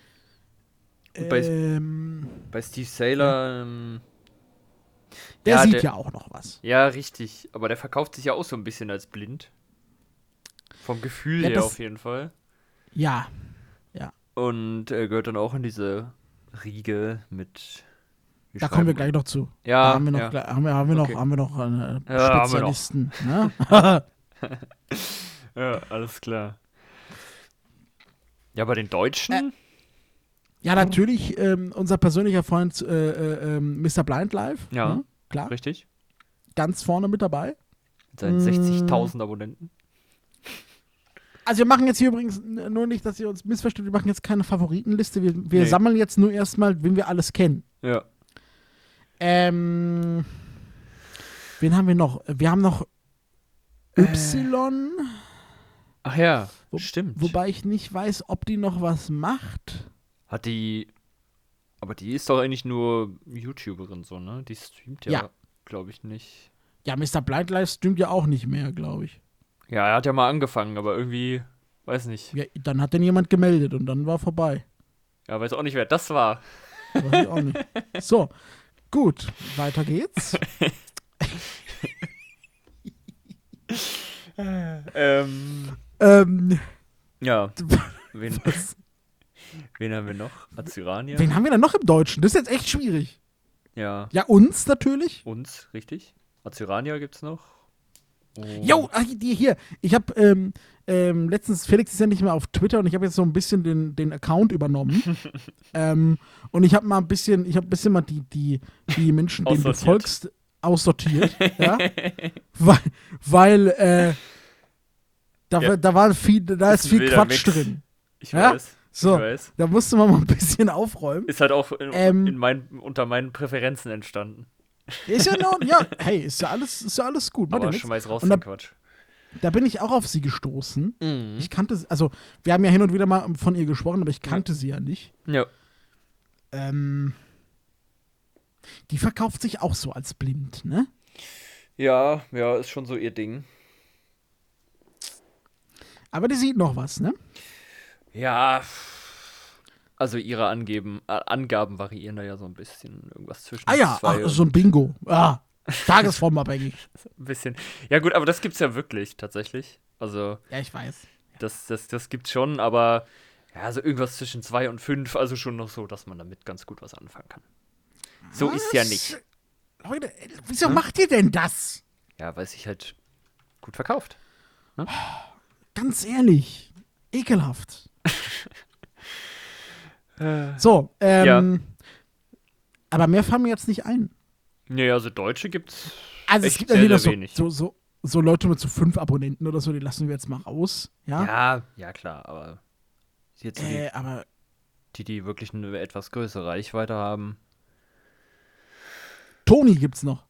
Speaker 2: Und bei-
Speaker 3: Ähm,
Speaker 2: Bei Steve Saylor, ähm,
Speaker 3: der
Speaker 2: Ja,
Speaker 3: sieht
Speaker 2: der-
Speaker 3: ja auch noch was.
Speaker 2: ja, richtig. Aber der verkauft sich ja auch so ein bisschen als blind. Vom Gefühl
Speaker 3: Ja,
Speaker 2: her
Speaker 3: das-
Speaker 2: auf jeden Fall.
Speaker 3: Ja,
Speaker 2: Und äh, gehört dann auch in diese Riege mit.
Speaker 3: da kommen wir gleich noch zu.
Speaker 2: Ja,
Speaker 3: da haben wir noch,
Speaker 2: ja.
Speaker 3: gleich- haben wir, haben wir noch,
Speaker 2: Okay.
Speaker 3: haben wir noch einen
Speaker 2: Ja, haben wir noch.
Speaker 3: Spezialisten. Ne?
Speaker 2: Ja, alles klar. Ja, bei den Deutschen?
Speaker 3: ja, natürlich ähm, unser persönlicher Freund äh, äh, ähm, Mr. Blind Live.
Speaker 2: Ja.
Speaker 3: ne? Klar,
Speaker 2: richtig.
Speaker 3: ganz vorne mit dabei.
Speaker 2: Mit seinen
Speaker 3: Mm.
Speaker 2: 60.000 Abonnenten.
Speaker 3: Also wir machen jetzt hier übrigens n- nur nicht, dass ihr uns missversteht, wir machen jetzt keine Favoritenliste. Wir, wir
Speaker 2: Nee.
Speaker 3: sammeln jetzt nur erstmal, wen wir alles kennen.
Speaker 2: Ja.
Speaker 3: Ähm, wen haben wir noch? Wir haben noch
Speaker 2: Äh.
Speaker 3: Y,
Speaker 2: Ach ja,
Speaker 3: Wo-
Speaker 2: stimmt.
Speaker 3: wobei ich nicht weiß, ob die noch was macht.
Speaker 2: Hat die. Aber die ist doch eigentlich nur YouTuberin so, ne? Die streamt ja,
Speaker 3: Ja.
Speaker 2: glaube ich, nicht.
Speaker 3: Ja, Mr. Blind Live streamt ja auch nicht mehr, glaube ich.
Speaker 2: Ja, er hat ja mal angefangen, aber irgendwie. Weiß nicht.
Speaker 3: Ja, dann hat denn jemand gemeldet und dann war vorbei.
Speaker 2: Ja, weiß auch nicht, wer das war.
Speaker 3: Weiß ich auch nicht. So, gut, weiter geht's.
Speaker 2: Ähm,
Speaker 3: ähm,
Speaker 2: ja. Wen, wen haben wir noch? Azyrania?
Speaker 3: Wen haben wir denn noch im Deutschen? Das ist jetzt echt schwierig.
Speaker 2: Ja.
Speaker 3: Ja, uns natürlich.
Speaker 2: Uns, richtig? Azyrania gibt's noch. Und-
Speaker 3: Jo, ach, die hier. Ich habe ähm, ähm, letztens, Felix ist ja nicht mehr auf Twitter und ich habe jetzt so ein bisschen den, den Account übernommen. ähm, und ich habe mal ein bisschen, ich habe ein bisschen mal die, die, die Menschen, denen du
Speaker 2: Aussortiert.
Speaker 3: folgst, aussortiert. ja? Weil, weil äh, da,
Speaker 2: Ja.
Speaker 3: da war viel, da ist
Speaker 2: ein
Speaker 3: viel
Speaker 2: wilder Mix.
Speaker 3: Quatsch drin.
Speaker 2: Ich
Speaker 3: Ja?
Speaker 2: weiß.
Speaker 3: So,
Speaker 2: Ich weiß.
Speaker 3: da musste man mal ein bisschen aufräumen.
Speaker 2: Ist halt auch in,
Speaker 3: Ähm.
Speaker 2: in mein, unter meinen Präferenzen entstanden.
Speaker 3: Ist ja noch, ja, hey, ist ja alles, ist ja alles gut. Macht ja
Speaker 2: Aber
Speaker 3: nichts.
Speaker 2: schmeiß raus
Speaker 3: Und dann-
Speaker 2: den Quatsch.
Speaker 3: Da bin ich auch auf sie gestoßen.
Speaker 2: Mhm.
Speaker 3: Ich kannte sie, also wir haben ja hin und wieder mal von ihr gesprochen, aber ich kannte sie ja nicht.
Speaker 2: Ja.
Speaker 3: Ähm, die verkauft sich auch so als blind, ne?
Speaker 2: ja, ja, ist schon so ihr Ding.
Speaker 3: Aber die sieht noch was, ne?
Speaker 2: Ja. Also ihre Angeben, äh, Angaben variieren da ja so ein bisschen. Irgendwas zwischen
Speaker 3: Ah ja,
Speaker 2: zwei
Speaker 3: ach, so ein Bingo. Ah, tagesformabhängig.
Speaker 2: ein bisschen. Ja gut, aber das gibt's ja wirklich tatsächlich. Also
Speaker 3: ja, ich weiß.
Speaker 2: das, das, das gibt's schon, aber ja, also irgendwas zwischen zwei und fünf, also schon noch so, dass man damit ganz gut was anfangen kann. So ist ja
Speaker 3: Was?
Speaker 2: nicht. Hm?
Speaker 3: Leute, ey, wieso macht ihr denn das?
Speaker 2: Ja, weil sich halt gut verkauft.
Speaker 3: Ganz ehrlich, ekelhaft. so, ähm, aber mehr fallen mir jetzt nicht ein.
Speaker 2: Nee, also Deutsche gibt's.
Speaker 3: Also es
Speaker 2: Echt
Speaker 3: gibt natürlich
Speaker 2: sehr,
Speaker 3: noch
Speaker 2: sehr
Speaker 3: so,
Speaker 2: wenig.
Speaker 3: so, so, so Leute mit so fünf Abonnenten oder so, die lassen wir jetzt mal raus. Ja.
Speaker 2: Ja, ja klar, aber jetzt die,
Speaker 3: Äh, aber
Speaker 2: die, die wirklich eine etwas größere Reichweite haben.
Speaker 3: Toni gibt's noch.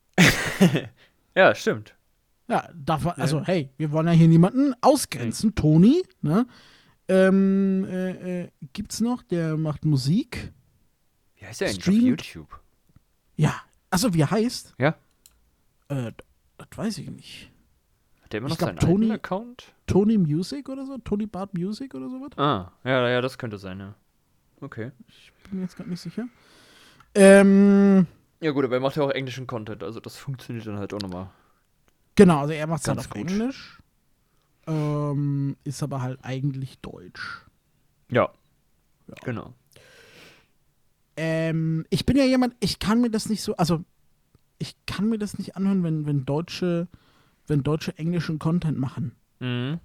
Speaker 2: Ja, stimmt.
Speaker 3: Ja, darf man, also hey, wir wollen ja hier niemanden ausgrenzen. Toni, ne? Ähm, äh, äh, gibt's noch, der macht Musik.
Speaker 2: Wie heißt der eigentlich auf
Speaker 3: Streamt.
Speaker 2: YouTube?
Speaker 3: Ja. Achso, wie er heißt?
Speaker 2: Ja.
Speaker 3: Äh, d- das weiß ich nicht.
Speaker 2: Hat der immer
Speaker 3: Ich
Speaker 2: noch
Speaker 3: glaub,
Speaker 2: seinen eigenen
Speaker 3: Tony-
Speaker 2: Account?
Speaker 3: Tony Music oder so? Tony Bart Music oder sowas?
Speaker 2: Ah, ja, ja, das könnte sein, ja. Okay.
Speaker 3: Bin mir jetzt gerade nicht sicher. Ähm,
Speaker 2: Ja gut, aber er macht ja auch englischen Content, also das funktioniert dann halt auch nochmal.
Speaker 3: genau, also er macht's halt
Speaker 2: Ganz
Speaker 3: auf
Speaker 2: gut.
Speaker 3: Englisch. Ähm, ist aber halt eigentlich Deutsch.
Speaker 2: Ja. Genau.
Speaker 3: Ähm, ich bin ja jemand, ich kann mir das nicht so, also ich kann mir das nicht anhören, wenn, wenn Deutsche, wenn Deutsche englischen Content machen.
Speaker 2: Mhm.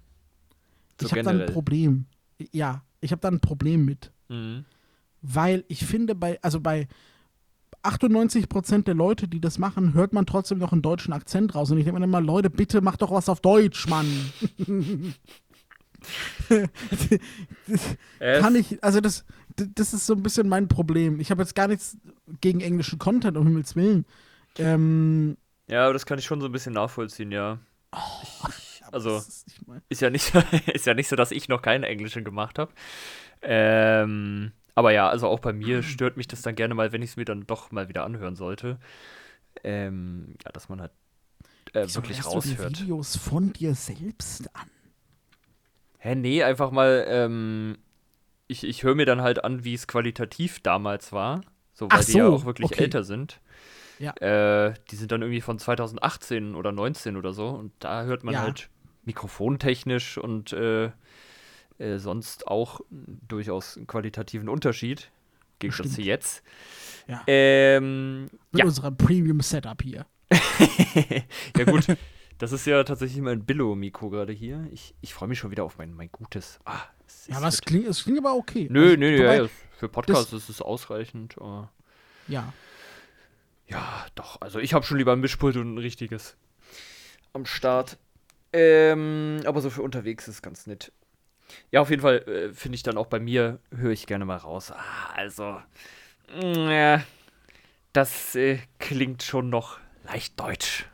Speaker 2: So
Speaker 3: ich habe da ein
Speaker 2: generell.
Speaker 3: Problem. Ja, ich habe da ein Problem mit.
Speaker 2: Mhm.
Speaker 3: Weil ich finde, bei, also bei 98% der Leute, die das machen, hört man trotzdem noch einen deutschen Akzent raus. Und ich denke mir dann immer, Leute, bitte macht doch was auf Deutsch, Mann.
Speaker 2: Es-
Speaker 3: kann ich, also das, d- das ist so ein bisschen mein Problem. Ich habe jetzt gar nichts gegen englischen Content, um Himmels Willen. Ähm,
Speaker 2: Ja, aber das kann ich schon so ein bisschen nachvollziehen, ja. Ich,
Speaker 3: aber
Speaker 2: also,
Speaker 3: das ist nicht mein-
Speaker 2: ist ja, nicht, ist ja nicht so, dass ich noch keinen Englischen gemacht habe. Ähm, aber ja, also auch bei mir stört mich das dann gerne mal, wenn ich es mir dann doch mal wieder anhören sollte. Ähm, ja, dass man halt äh,
Speaker 3: Wieso
Speaker 2: wirklich
Speaker 3: hörst du dir
Speaker 2: raushört.
Speaker 3: Videos von dir selbst an.
Speaker 2: Hä, nee, einfach mal, ähm, ich, ich höre mir dann halt an, wie es qualitativ damals war. So, weil
Speaker 3: Ach
Speaker 2: die ja
Speaker 3: so,
Speaker 2: auch wirklich
Speaker 3: okay.
Speaker 2: älter sind.
Speaker 3: Ja.
Speaker 2: Äh, die sind dann irgendwie von 2018 oder 19 oder so. Und da hört man
Speaker 3: Ja.
Speaker 2: halt mikrofontechnisch und äh, äh, sonst auch durchaus einen qualitativen Unterschied. Gegen das zu
Speaker 3: Bestimmt.
Speaker 2: jetzt.
Speaker 3: Ja.
Speaker 2: Ähm,
Speaker 3: Mit
Speaker 2: ja.
Speaker 3: unserem Premium-Setup hier.
Speaker 2: ja, gut. Das ist ja tatsächlich mein Billo-Mikro gerade hier. Ich, ich freue mich schon wieder auf mein, mein gutes. Ah, es
Speaker 3: Ja,
Speaker 2: ist
Speaker 3: aber es klingt, es klingt aber okay.
Speaker 2: Nö,
Speaker 3: Also,
Speaker 2: nö, ja,
Speaker 3: wobei-
Speaker 2: ja, für Podcasts ist es ausreichend. Aber
Speaker 3: ja.
Speaker 2: ja, doch. Also ich habe schon lieber ein Mischpult und ein richtiges am Start. Ähm, aber so für unterwegs ist ganz nett. Ja, auf jeden Fall äh, finde ich dann auch bei mir, höre ich gerne mal raus. Ah, also, mm, ja, das äh, klingt schon noch leicht deutsch.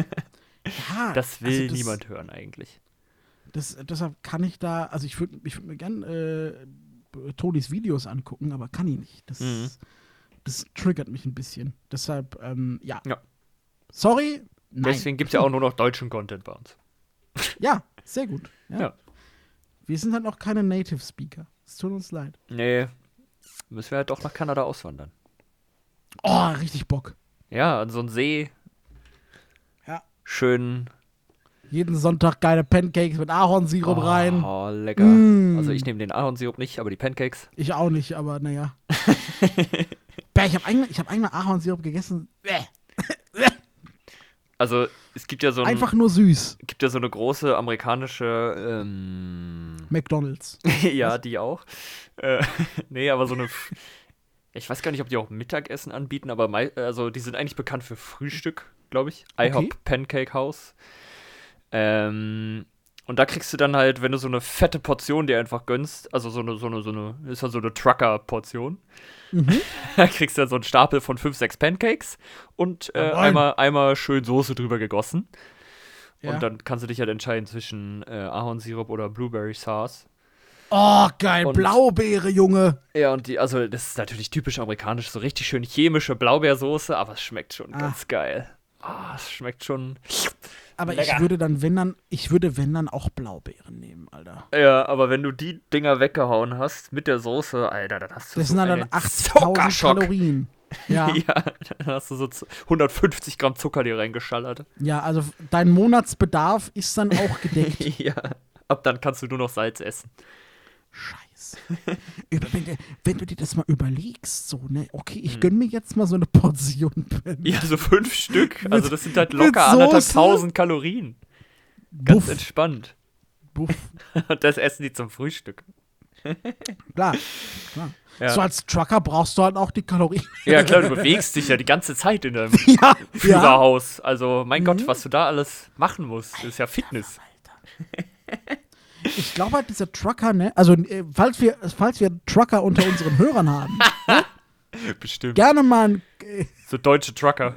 Speaker 3: ja.
Speaker 2: Das will
Speaker 3: also das,
Speaker 2: niemand hören eigentlich.
Speaker 3: Das, deshalb kann ich da, also ich würde ich würd mir gern äh, Tonis Videos angucken, aber kann ich nicht. Das,
Speaker 2: Mhm.
Speaker 3: das triggert mich ein bisschen. Deshalb, ähm, ja.
Speaker 2: Ja.
Speaker 3: Sorry, nein.
Speaker 2: Deswegen gibt es ja auch nur noch deutschen Content bei uns.
Speaker 3: Ja, sehr gut. Ja.
Speaker 2: Ja.
Speaker 3: Wir sind halt auch keine Native Speaker. Es tut uns leid.
Speaker 2: Nee, Müssen wir halt doch nach Kanada auswandern.
Speaker 3: Oh, richtig Bock.
Speaker 2: Ja, an so einen See.
Speaker 3: Ja.
Speaker 2: Schön.
Speaker 3: Jeden Sonntag geile Pancakes mit Ahornsirup rein.
Speaker 2: Oh, lecker.
Speaker 3: Mm.
Speaker 2: Also ich nehme den Ahornsirup nicht, aber die Pancakes.
Speaker 3: Ich auch nicht, aber naja. Bäh, ich habe einmal, ich hab einmal Ahornsirup gegessen. Bäh.
Speaker 2: Also es gibt ja so, ein,
Speaker 3: Einfach nur süß.
Speaker 2: gibt ja so eine große amerikanische ähm,
Speaker 3: McDonalds.
Speaker 2: ja, die auch. Äh, nee, aber so eine. F- Ich weiß gar nicht, ob die auch Mittagessen anbieten, aber mei also die sind eigentlich bekannt für Frühstück, glaube ich. IHOP
Speaker 3: Okay.
Speaker 2: Pancake House. Ähm, und da kriegst du dann halt, wenn du so eine fette Portion dir einfach gönnst, also so eine, so eine, so eine, ist halt so eine Trucker-Portion,
Speaker 3: Mhm.
Speaker 2: da kriegst du dann so einen Stapel von fünf, sechs Pancakes und äh,
Speaker 3: Jawohl.
Speaker 2: einmal, einmal schön Soße drüber gegossen.
Speaker 3: Ja.
Speaker 2: Und dann kannst du dich halt entscheiden zwischen äh, Ahornsirup oder Blueberry Sauce.
Speaker 3: Oh, geil.
Speaker 2: Und-
Speaker 3: Blaubeere, Junge.
Speaker 2: Ja, und die, also das ist natürlich typisch amerikanisch, so richtig schön chemische Blaubeersoße, aber es schmeckt schon
Speaker 3: Ah.
Speaker 2: ganz geil. Ah, es schmeckt schon.
Speaker 3: Aber
Speaker 2: Lecker.
Speaker 3: ich würde dann, wenn dann, ich würde, wenn dann auch Blaubeeren nehmen, Alter.
Speaker 2: Ja, aber wenn du die Dinger weggehauen hast mit der Soße, Alter, dann hast du
Speaker 3: Das
Speaker 2: so
Speaker 3: sind dann, dann
Speaker 2: einen
Speaker 3: 80.000
Speaker 2: Zuckerschock.
Speaker 3: Kalorien. Ja,
Speaker 2: Ja, dann hast du so zu- 150 Gramm Zucker dir reingeschallert.
Speaker 3: ja, also dein Monatsbedarf ist dann auch gedeckt.
Speaker 2: ja. Ab dann kannst du nur noch Salz essen.
Speaker 3: Scheiße. Über, wenn, du- wenn du dir das mal überlegst, so, ne, okay, ich
Speaker 2: Hm.
Speaker 3: gönn mir jetzt mal so eine Portion. Pen.
Speaker 2: Ja, so fünf Stück. Also das sind halt
Speaker 3: mit
Speaker 2: locker anderthalb
Speaker 3: Soße?
Speaker 2: tausend Kalorien. Ganz
Speaker 3: Buff,
Speaker 2: entspannt.
Speaker 3: buff.
Speaker 2: Und das essen die zum Frühstück.
Speaker 3: Klar. klar.
Speaker 2: Ja.
Speaker 3: So als Trucker brauchst du halt auch die Kalorien.
Speaker 2: Ja, klar, du bewegst dich ja die ganze Zeit in deinem
Speaker 3: ja, ja. Mhm.
Speaker 2: Führerhaus. Also, mein Gott, was du da alles machen musst, ist ja Fitness.
Speaker 3: Ich glaube halt, dieser Trucker, ne, also äh, falls wir, falls wir einen Trucker unter unseren Hörern haben,
Speaker 2: Bestimmt.
Speaker 3: gerne mal ein, äh,
Speaker 2: So deutsche Trucker.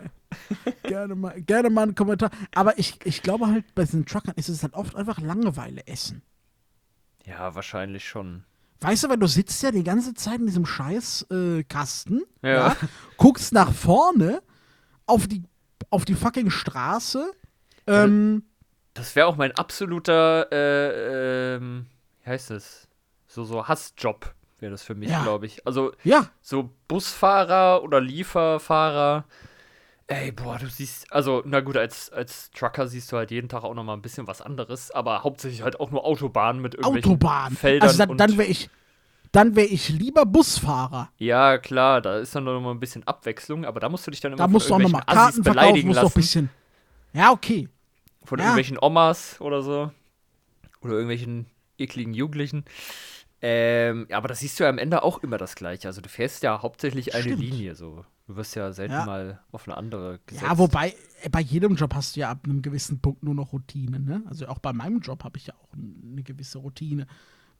Speaker 3: gerne mal, gerne mal einen Kommentar. Aber ich, ich glaube halt, bei diesen Truckern ist es halt oft einfach Langeweile essen.
Speaker 2: Ja, wahrscheinlich schon.
Speaker 3: Weißt du, weil du sitzt ja die ganze Zeit in diesem scheiß äh, Kasten,
Speaker 2: Ja.
Speaker 3: guckst nach vorne auf die, auf die fucking Straße. Ähm,
Speaker 2: Das wäre auch mein absoluter, äh, ähm, wie heißt es? So, so Hassjob wäre das für mich,
Speaker 3: Ja.
Speaker 2: glaube ich. Also,
Speaker 3: ja,
Speaker 2: so Busfahrer oder Lieferfahrer. Ey, boah, du siehst, also, na gut, als, als Trucker siehst du halt jeden Tag auch noch mal ein bisschen was anderes, aber hauptsächlich halt auch nur Autobahnen mit irgendwelchen
Speaker 3: Autobahn.
Speaker 2: Feldern
Speaker 3: Also dann,
Speaker 2: und
Speaker 3: dann wäre ich, dann wäre ich lieber Busfahrer.
Speaker 2: Ja, klar, da ist dann noch mal ein bisschen Abwechslung, aber da musst du dich dann immer
Speaker 3: Da
Speaker 2: von
Speaker 3: musst du auch
Speaker 2: irgendwelchen
Speaker 3: nochmal
Speaker 2: Assis
Speaker 3: Karten verkaufen,
Speaker 2: beleidigen
Speaker 3: musst du auch
Speaker 2: lassen.
Speaker 3: ein bisschen. Ja, okay.
Speaker 2: Von
Speaker 3: Ja.
Speaker 2: irgendwelchen Omas oder so. Oder irgendwelchen ekligen Jugendlichen. Ähm, ja, aber das siehst du ja am Ende auch immer das Gleiche. Also du fährst ja hauptsächlich eine
Speaker 3: Stimmt.
Speaker 2: Linie so. Du wirst ja selten
Speaker 3: Ja.
Speaker 2: mal auf eine andere gesetzt.
Speaker 3: Ja, wobei, äh, bei jedem Job hast du ja ab einem gewissen Punkt nur noch Routine, ne? Also auch bei meinem Job habe ich ja auch n- eine gewisse Routine.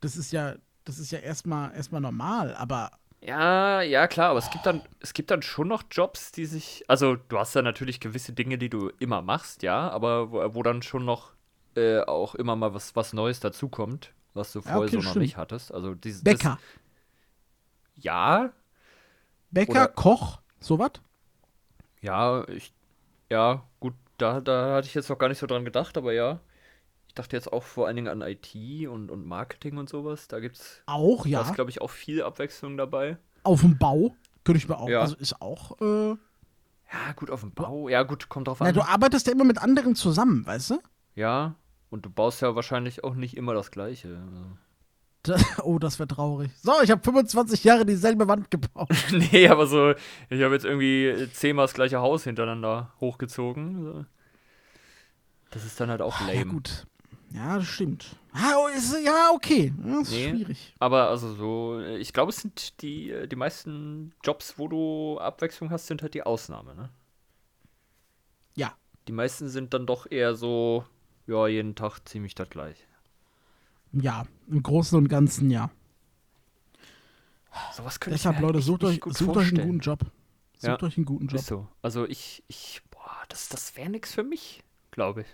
Speaker 3: Das ist ja, das ist ja erstmal erstmal normal, aber
Speaker 2: Ja, ja, klar, aber es gibt dann, es gibt dann schon noch Jobs, die sich, also du hast ja natürlich gewisse Dinge, die du immer machst, ja, aber wo, wo dann schon noch äh, auch immer mal was, was Neues dazukommt, was du vorher
Speaker 3: okay,
Speaker 2: so noch
Speaker 3: stimmt.
Speaker 2: nicht hattest. Also dieses das-
Speaker 3: Bäcker.
Speaker 2: Ja,
Speaker 3: Bäcker,
Speaker 2: oder-
Speaker 3: Koch, sowas?
Speaker 2: ja, ich, ja, gut, da, da hatte ich jetzt noch gar nicht so dran gedacht, aber ja. Ich dachte jetzt auch vor allen Dingen an IT und, und Marketing und sowas. Da gibt's,
Speaker 3: Auch,
Speaker 2: da
Speaker 3: ja.
Speaker 2: ist, glaube ich, auch viel Abwechslung dabei.
Speaker 3: Auf dem Bau könnte ich mir auch.
Speaker 2: Ja.
Speaker 3: Also ist auch. Äh,
Speaker 2: Ja, Ah, gut, auf dem Bau. Ja, gut, kommt drauf
Speaker 3: Oh. na,
Speaker 2: an.
Speaker 3: du arbeitest ja immer mit anderen zusammen, weißt du?
Speaker 2: Ja, und du baust ja wahrscheinlich auch nicht immer das Gleiche. also.
Speaker 3: Da, oh, das wäre traurig. So, ich habe 25 Jahre dieselbe Wand gebaut.
Speaker 2: nee, aber so, ich habe jetzt irgendwie zehnmal das gleiche Haus hintereinander hochgezogen. so. Das ist dann halt auch lame.
Speaker 3: Ah, Ja, gut. Ja, das stimmt. Ah, oh, ist, ja, okay. Ja, ist
Speaker 2: Nee.
Speaker 3: schwierig.
Speaker 2: Aber also so, äh, ich glaube, es sind die, äh, die meisten Jobs, wo du Abwechslung hast, sind halt die Ausnahme, ne?
Speaker 3: Ja.
Speaker 2: Die meisten sind dann doch eher so, ja, jeden Tag ziemlich das gleich.
Speaker 3: Ja, im Großen und Ganzen ja.
Speaker 2: Sowas könnte
Speaker 3: Deshalb,
Speaker 2: ich mir halt
Speaker 3: Leute,
Speaker 2: echt
Speaker 3: sucht,
Speaker 2: nicht
Speaker 3: euch,
Speaker 2: gut
Speaker 3: sucht euch einen
Speaker 2: vorstellen.
Speaker 3: guten Job. Sucht
Speaker 2: Ja.
Speaker 3: euch einen guten Job.
Speaker 2: Ist so. Also ich, ich, boah, das, das wäre nix für mich, glaube ich.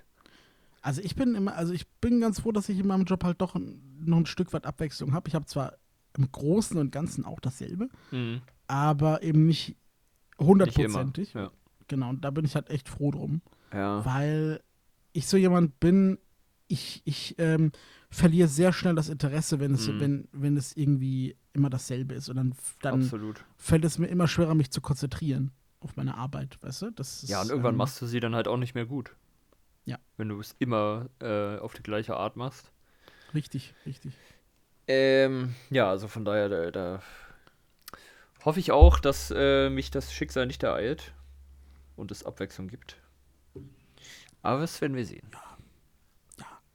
Speaker 3: Also ich bin immer, also ich bin ganz froh, dass ich in meinem Job halt doch ein, noch ein Stück weit Abwechslung habe. Ich habe zwar im Großen und Ganzen auch dasselbe,
Speaker 2: Mhm.
Speaker 3: aber eben nicht
Speaker 2: Nicht immer.
Speaker 3: hundertprozentig.
Speaker 2: Ja.
Speaker 3: Genau, und da bin ich halt echt froh drum,
Speaker 2: ja.
Speaker 3: weil ich so jemand bin, ich, ich ähm, verliere sehr schnell das Interesse, wenn es,
Speaker 2: Mhm.
Speaker 3: wenn, wenn es irgendwie immer dasselbe ist. Und dann, dann
Speaker 2: Absolut.
Speaker 3: fällt es mir immer schwerer, mich zu konzentrieren auf meine Arbeit, weißt du? Das ist,
Speaker 2: Ja, und irgendwann
Speaker 3: ähm,
Speaker 2: machst du sie dann halt auch nicht mehr gut.
Speaker 3: Ja.
Speaker 2: Wenn du es immer äh, auf die gleiche Art machst.
Speaker 3: Richtig, richtig.
Speaker 2: Ähm, ja, also von daher, da, da hoffe ich auch, dass äh, mich das Schicksal nicht ereilt und es Abwechslung gibt. Aber das werden wir sehen.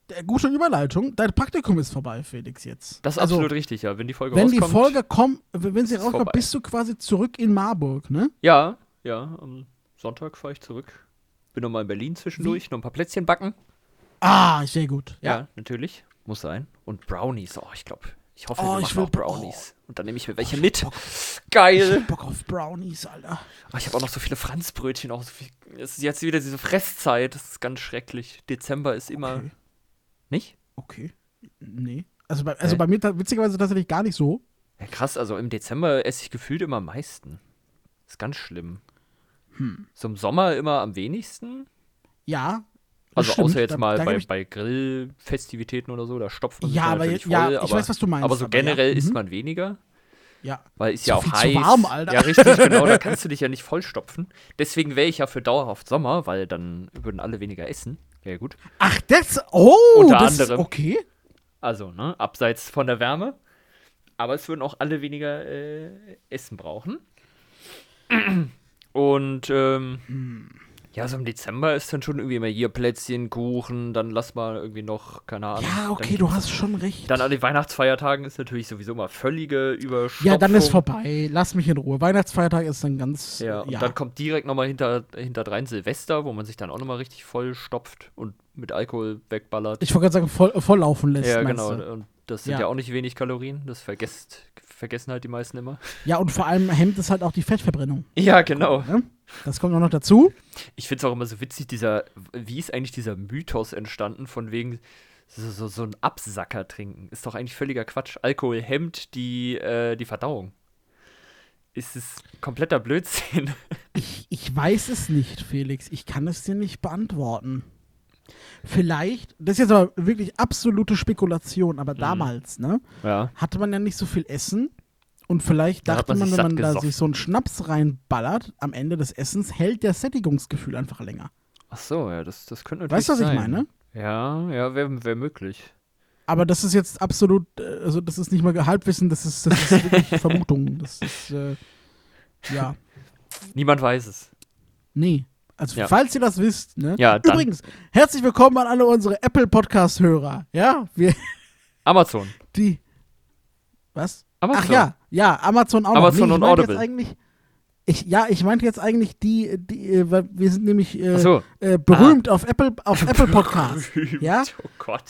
Speaker 3: Der, Äh, gute Überleitung. Dein Praktikum ist vorbei, Felix, jetzt.
Speaker 2: Das ist
Speaker 3: Also,
Speaker 2: absolut richtig, ja. Wenn die Folge
Speaker 3: Wenn die
Speaker 2: rauskommt.
Speaker 3: Folge kommt, wenn sie
Speaker 2: ist
Speaker 3: rauskommt,
Speaker 2: vorbei.
Speaker 3: bist du quasi zurück in Marburg, ne?
Speaker 2: Ja, ja. Am Sonntag fahre ich zurück. Bin nochmal in Berlin zwischendurch, noch ein paar Plätzchen backen.
Speaker 3: Ah, sehr gut.
Speaker 2: Ja, natürlich. Muss sein. Und Brownies. Oh, ich glaube. Ich hoffe,
Speaker 3: Oh,
Speaker 2: wir
Speaker 3: ich
Speaker 2: machen
Speaker 3: will
Speaker 2: auch
Speaker 3: Bra-
Speaker 2: Brownies. Und dann nehme ich mir welche mit.
Speaker 3: Bock. Ich
Speaker 2: Geil.
Speaker 3: hab Bock auf Brownies, Alter.
Speaker 2: Oh, ich habe auch noch so viele Franzbrötchen. Auch so viel. Es ist jetzt wieder diese Fresszeit. Das ist ganz schrecklich. Dezember ist immer.
Speaker 3: Okay.
Speaker 2: Nicht?
Speaker 3: okay. Nee. Also bei, also
Speaker 2: Hä?
Speaker 3: bei mir ta- witzigerweise tatsächlich gar nicht so.
Speaker 2: Ja, krass. Also im Dezember esse ich gefühlt immer am meisten. Ist ganz schlimm.
Speaker 3: Hm.
Speaker 2: So im Sommer immer am wenigsten.
Speaker 3: Ja. das
Speaker 2: Also
Speaker 3: stimmt.
Speaker 2: außer jetzt
Speaker 3: Da-
Speaker 2: mal
Speaker 3: da
Speaker 2: bei,
Speaker 3: geb ich-
Speaker 2: bei Grillfestivitäten oder so, da stopft man sich
Speaker 3: Ja,
Speaker 2: dann
Speaker 3: aber
Speaker 2: natürlich
Speaker 3: je-
Speaker 2: voll.
Speaker 3: ja, ich
Speaker 2: aber,
Speaker 3: weiß, was du meinst,
Speaker 2: Aber so
Speaker 3: aber ja,
Speaker 2: generell isst
Speaker 3: mhm.
Speaker 2: man weniger,
Speaker 3: Ja.
Speaker 2: weil ist
Speaker 3: Zu
Speaker 2: ja auch
Speaker 3: viel zu
Speaker 2: heiß.
Speaker 3: warm, Alter.
Speaker 2: Ja, richtig, genau, da kannst du dich ja nicht vollstopfen. Deswegen wäre ich ja für dauerhaft Sommer, weil dann würden alle weniger essen. Wäre ja gut.
Speaker 3: Ach, das. Oh,
Speaker 2: Unter
Speaker 3: das
Speaker 2: anderem.
Speaker 3: Ist okay.
Speaker 2: Also, ne, abseits von der Wärme. Aber es würden auch alle weniger äh, Essen brauchen. Und ähm,
Speaker 3: Hm.
Speaker 2: ja, so im Dezember ist dann schon irgendwie immer hier Plätzchen, Kuchen, dann lass mal irgendwie noch, keine Ahnung.
Speaker 3: Ja, okay,
Speaker 2: dann
Speaker 3: du hast schon recht.
Speaker 2: Dann an den Weihnachtsfeiertagen ist natürlich sowieso mal völlige Überschwemmung.
Speaker 3: ja, dann ist vorbei. Lass mich in Ruhe. Weihnachtsfeiertag ist dann ganz.
Speaker 2: Ja, und dann kommt direkt nochmal hinter, hinterdrein Silvester, wo man sich dann auch nochmal richtig vollstopft und mit Alkohol wegballert.
Speaker 3: ich wollte gerade sagen, voll, volllaufen lässt.
Speaker 2: ja,
Speaker 3: meinst
Speaker 2: genau.
Speaker 3: Du.
Speaker 2: Und das sind ja.
Speaker 3: Ja.
Speaker 2: auch nicht wenig Kalorien. Das vergesst, vergessen halt die meisten immer.
Speaker 3: Ja, und vor allem hemmt es halt auch die Fettverbrennung.
Speaker 2: Ja, genau.
Speaker 3: Ne? Das kommt auch noch dazu.
Speaker 2: Ich finde es auch immer so witzig, dieser, wie ist eigentlich dieser Mythos entstanden, von wegen so, so, so ein Absacker trinken. Ist doch eigentlich völliger Quatsch. Alkohol hemmt die, äh, die Verdauung. Ist es kompletter Blödsinn.
Speaker 3: Ich, ich weiß es nicht, Felix. Ich kann es dir nicht beantworten. Vielleicht, das ist jetzt aber wirklich absolute Spekulation,
Speaker 2: Mhm.
Speaker 3: aber damals, ne,
Speaker 2: Ja.
Speaker 3: hatte man ja nicht so viel Essen und vielleicht
Speaker 2: Da hat
Speaker 3: dachte
Speaker 2: man
Speaker 3: man,
Speaker 2: sich
Speaker 3: wenn
Speaker 2: satt
Speaker 3: man da
Speaker 2: gesoffen.
Speaker 3: sich so einen Schnaps reinballert, am Ende des Essens hält der Sättigungsgefühl einfach länger.
Speaker 2: Ach so, ja, das, das könnte natürlich
Speaker 3: Weißt du, was ich
Speaker 2: sein.
Speaker 3: meine?
Speaker 2: Ja, ja, wäre wär möglich.
Speaker 3: Aber das ist jetzt absolut, äh, also das ist nicht mal Halbwissen, das ist, das ist wirklich Vermutung. Das ist, äh, ja,
Speaker 2: Niemand weiß es.
Speaker 3: nee. Also
Speaker 2: Ja.
Speaker 3: falls ihr das wisst, ne?
Speaker 2: Ja, dann-
Speaker 3: Übrigens, herzlich willkommen an alle unsere Apple Podcast Hörer. Ja, wir
Speaker 2: Amazon.
Speaker 3: die Was?
Speaker 2: Amazon.
Speaker 3: Ach ja, ja, Amazon auch.
Speaker 2: Amazon
Speaker 3: noch.
Speaker 2: und
Speaker 3: ich meinte
Speaker 2: Audible.
Speaker 3: Jetzt eigentlich, ich, ja, ich meinte jetzt eigentlich die, die äh, weil wir sind nämlich äh,
Speaker 2: Ach so. Ah.
Speaker 3: äh, berühmt auf Apple auf Apple Podcast. Ja?
Speaker 2: Oh Gott.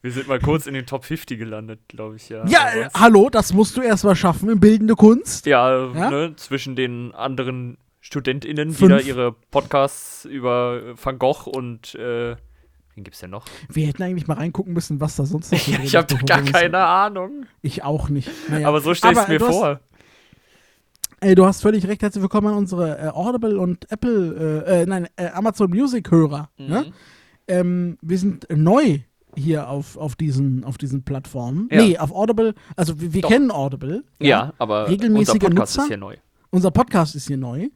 Speaker 2: Wir sind mal kurz in den Top 50 gelandet, glaube ich, ja.
Speaker 3: Ja,
Speaker 2: Aber
Speaker 3: äh,
Speaker 2: sonst-
Speaker 3: hallo, das musst du erstmal schaffen in bildende Kunst.
Speaker 2: ja,
Speaker 3: Ja?
Speaker 2: Ne, zwischen den anderen StudentInnen, die
Speaker 3: Fünf.
Speaker 2: da ihre Podcasts über Van Gogh und äh, wen gibt's denn noch?
Speaker 3: Wir hätten eigentlich mal reingucken müssen, was da sonst noch so drin
Speaker 2: Ich habe
Speaker 3: ist, bevor
Speaker 2: gar
Speaker 3: wir uns-
Speaker 2: keine Ahnung.
Speaker 3: Ich auch nicht. Naja.
Speaker 2: Aber so stelle ich es
Speaker 3: äh,
Speaker 2: mir
Speaker 3: du hast-
Speaker 2: vor.
Speaker 3: Ey, du hast völlig recht. Herzlich willkommen an unsere äh, Audible und Apple, äh, äh, nein, äh, Amazon Music Hörer.
Speaker 2: Mhm.
Speaker 3: Ne? Ähm, wir sind neu hier auf, auf, diesen, auf diesen Plattformen.
Speaker 2: Ja.
Speaker 3: Nee, auf Audible. Also wir, wir
Speaker 2: Doch.
Speaker 3: kennen Audible.
Speaker 2: Ja, aber unser
Speaker 3: Regelmäßige
Speaker 2: Podcast
Speaker 3: Nutzer?
Speaker 2: ist ja neu.
Speaker 3: Unser Podcast ist hier neu.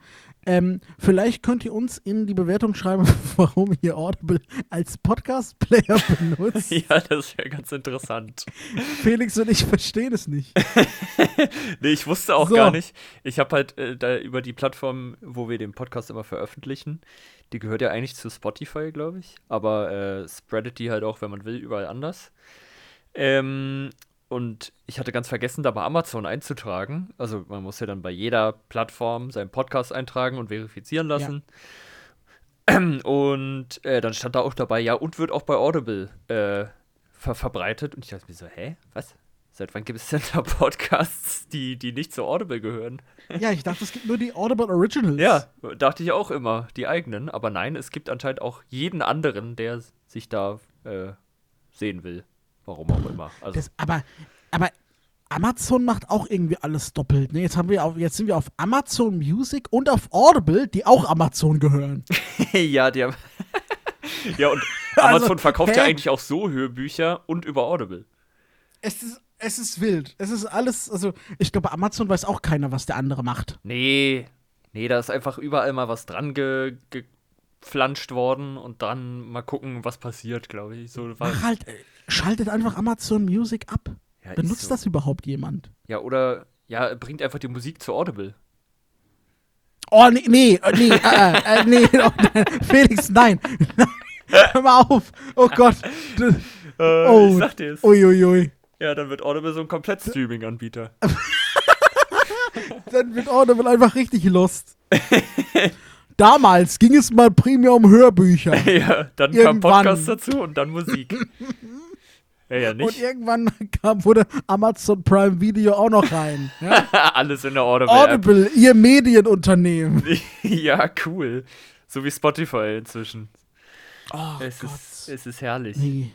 Speaker 3: Ähm, vielleicht könnt ihr uns in die Bewertung schreiben, warum ihr Audible als Podcast-Player benutzt.
Speaker 2: Ja, das wäre ganz interessant.
Speaker 3: Felix und ich verstehen es nicht.
Speaker 2: Nee, ich wusste auch
Speaker 3: So.
Speaker 2: gar nicht. Ich habe halt äh, da über die Plattform, wo wir den Podcast immer veröffentlichen, die gehört ja eigentlich zu Spotify, glaube ich. Aber äh, spreadet die halt auch, wenn man will, überall anders. Ähm, und ich hatte ganz vergessen, da bei Amazon einzutragen. Also man muss ja dann bei jeder Plattform seinen Podcast eintragen und verifizieren lassen. Und äh, dann stand da auch dabei, ja, und wird auch bei Audible äh, ver verbreitet. Und ich dachte mir so, hä? Was? Seit wann gibt es denn da Podcasts, die, die nicht zu Audible gehören?
Speaker 3: Ja, ich dachte, es gibt nur die Audible Originals.
Speaker 2: Ja, dachte ich auch immer, die eigenen. Aber nein, es gibt anscheinend auch jeden anderen, der sich da äh, sehen will. Warum auch immer. Also,
Speaker 3: Das, aber, aber Amazon macht auch irgendwie alles doppelt. Ne? Jetzt, haben wir auf, jetzt sind wir auf Amazon Music und auf Audible, die auch Amazon gehören.
Speaker 2: ja, die haben. ja, und Amazon
Speaker 3: Also,
Speaker 2: verkauft ja
Speaker 3: hä?
Speaker 2: eigentlich auch so Hörbücher und über Audible.
Speaker 3: Es ist Es ist wild. Es ist alles, also ich glaube, bei Amazon weiß auch keiner, was der andere macht.
Speaker 2: Nee, nee, da ist einfach überall mal was dran ge geflanscht worden und dann mal gucken, was passiert, glaube ich. So war-
Speaker 3: Mach halt, äh, schaltet einfach Amazon Music ab.
Speaker 2: Ja, ist
Speaker 3: Benutzt
Speaker 2: so.
Speaker 3: das überhaupt jemand?
Speaker 2: Ja, oder ja, bringt einfach die Musik zu Audible.
Speaker 3: Oh, nee, nee, äh, nee, äh, äh, nee, oh, nein. Felix, nein. Nein. Hör mal auf. Oh Gott. Du- Oh. ich sag
Speaker 2: Äh, dir es.
Speaker 3: Uiuiui.
Speaker 2: Ja, dann wird Audible so ein Komplett-Streaming-Anbieter.
Speaker 3: Dann wird Audible einfach richtig lost. Damals ging es mal primär um Hörbücher.
Speaker 2: ja, dann kam
Speaker 3: Irgendwann.
Speaker 2: Podcast dazu und dann Musik. ja, ja,
Speaker 3: Und
Speaker 2: nicht.
Speaker 3: irgendwann kam, wurde Amazon Prime Video auch noch rein. Ja?
Speaker 2: Alles in der Audible-App.
Speaker 3: Audible, ihr Medienunternehmen.
Speaker 2: ja, cool. So wie Spotify inzwischen.
Speaker 3: Oh
Speaker 2: es, ist, es ist herrlich.
Speaker 3: Nee.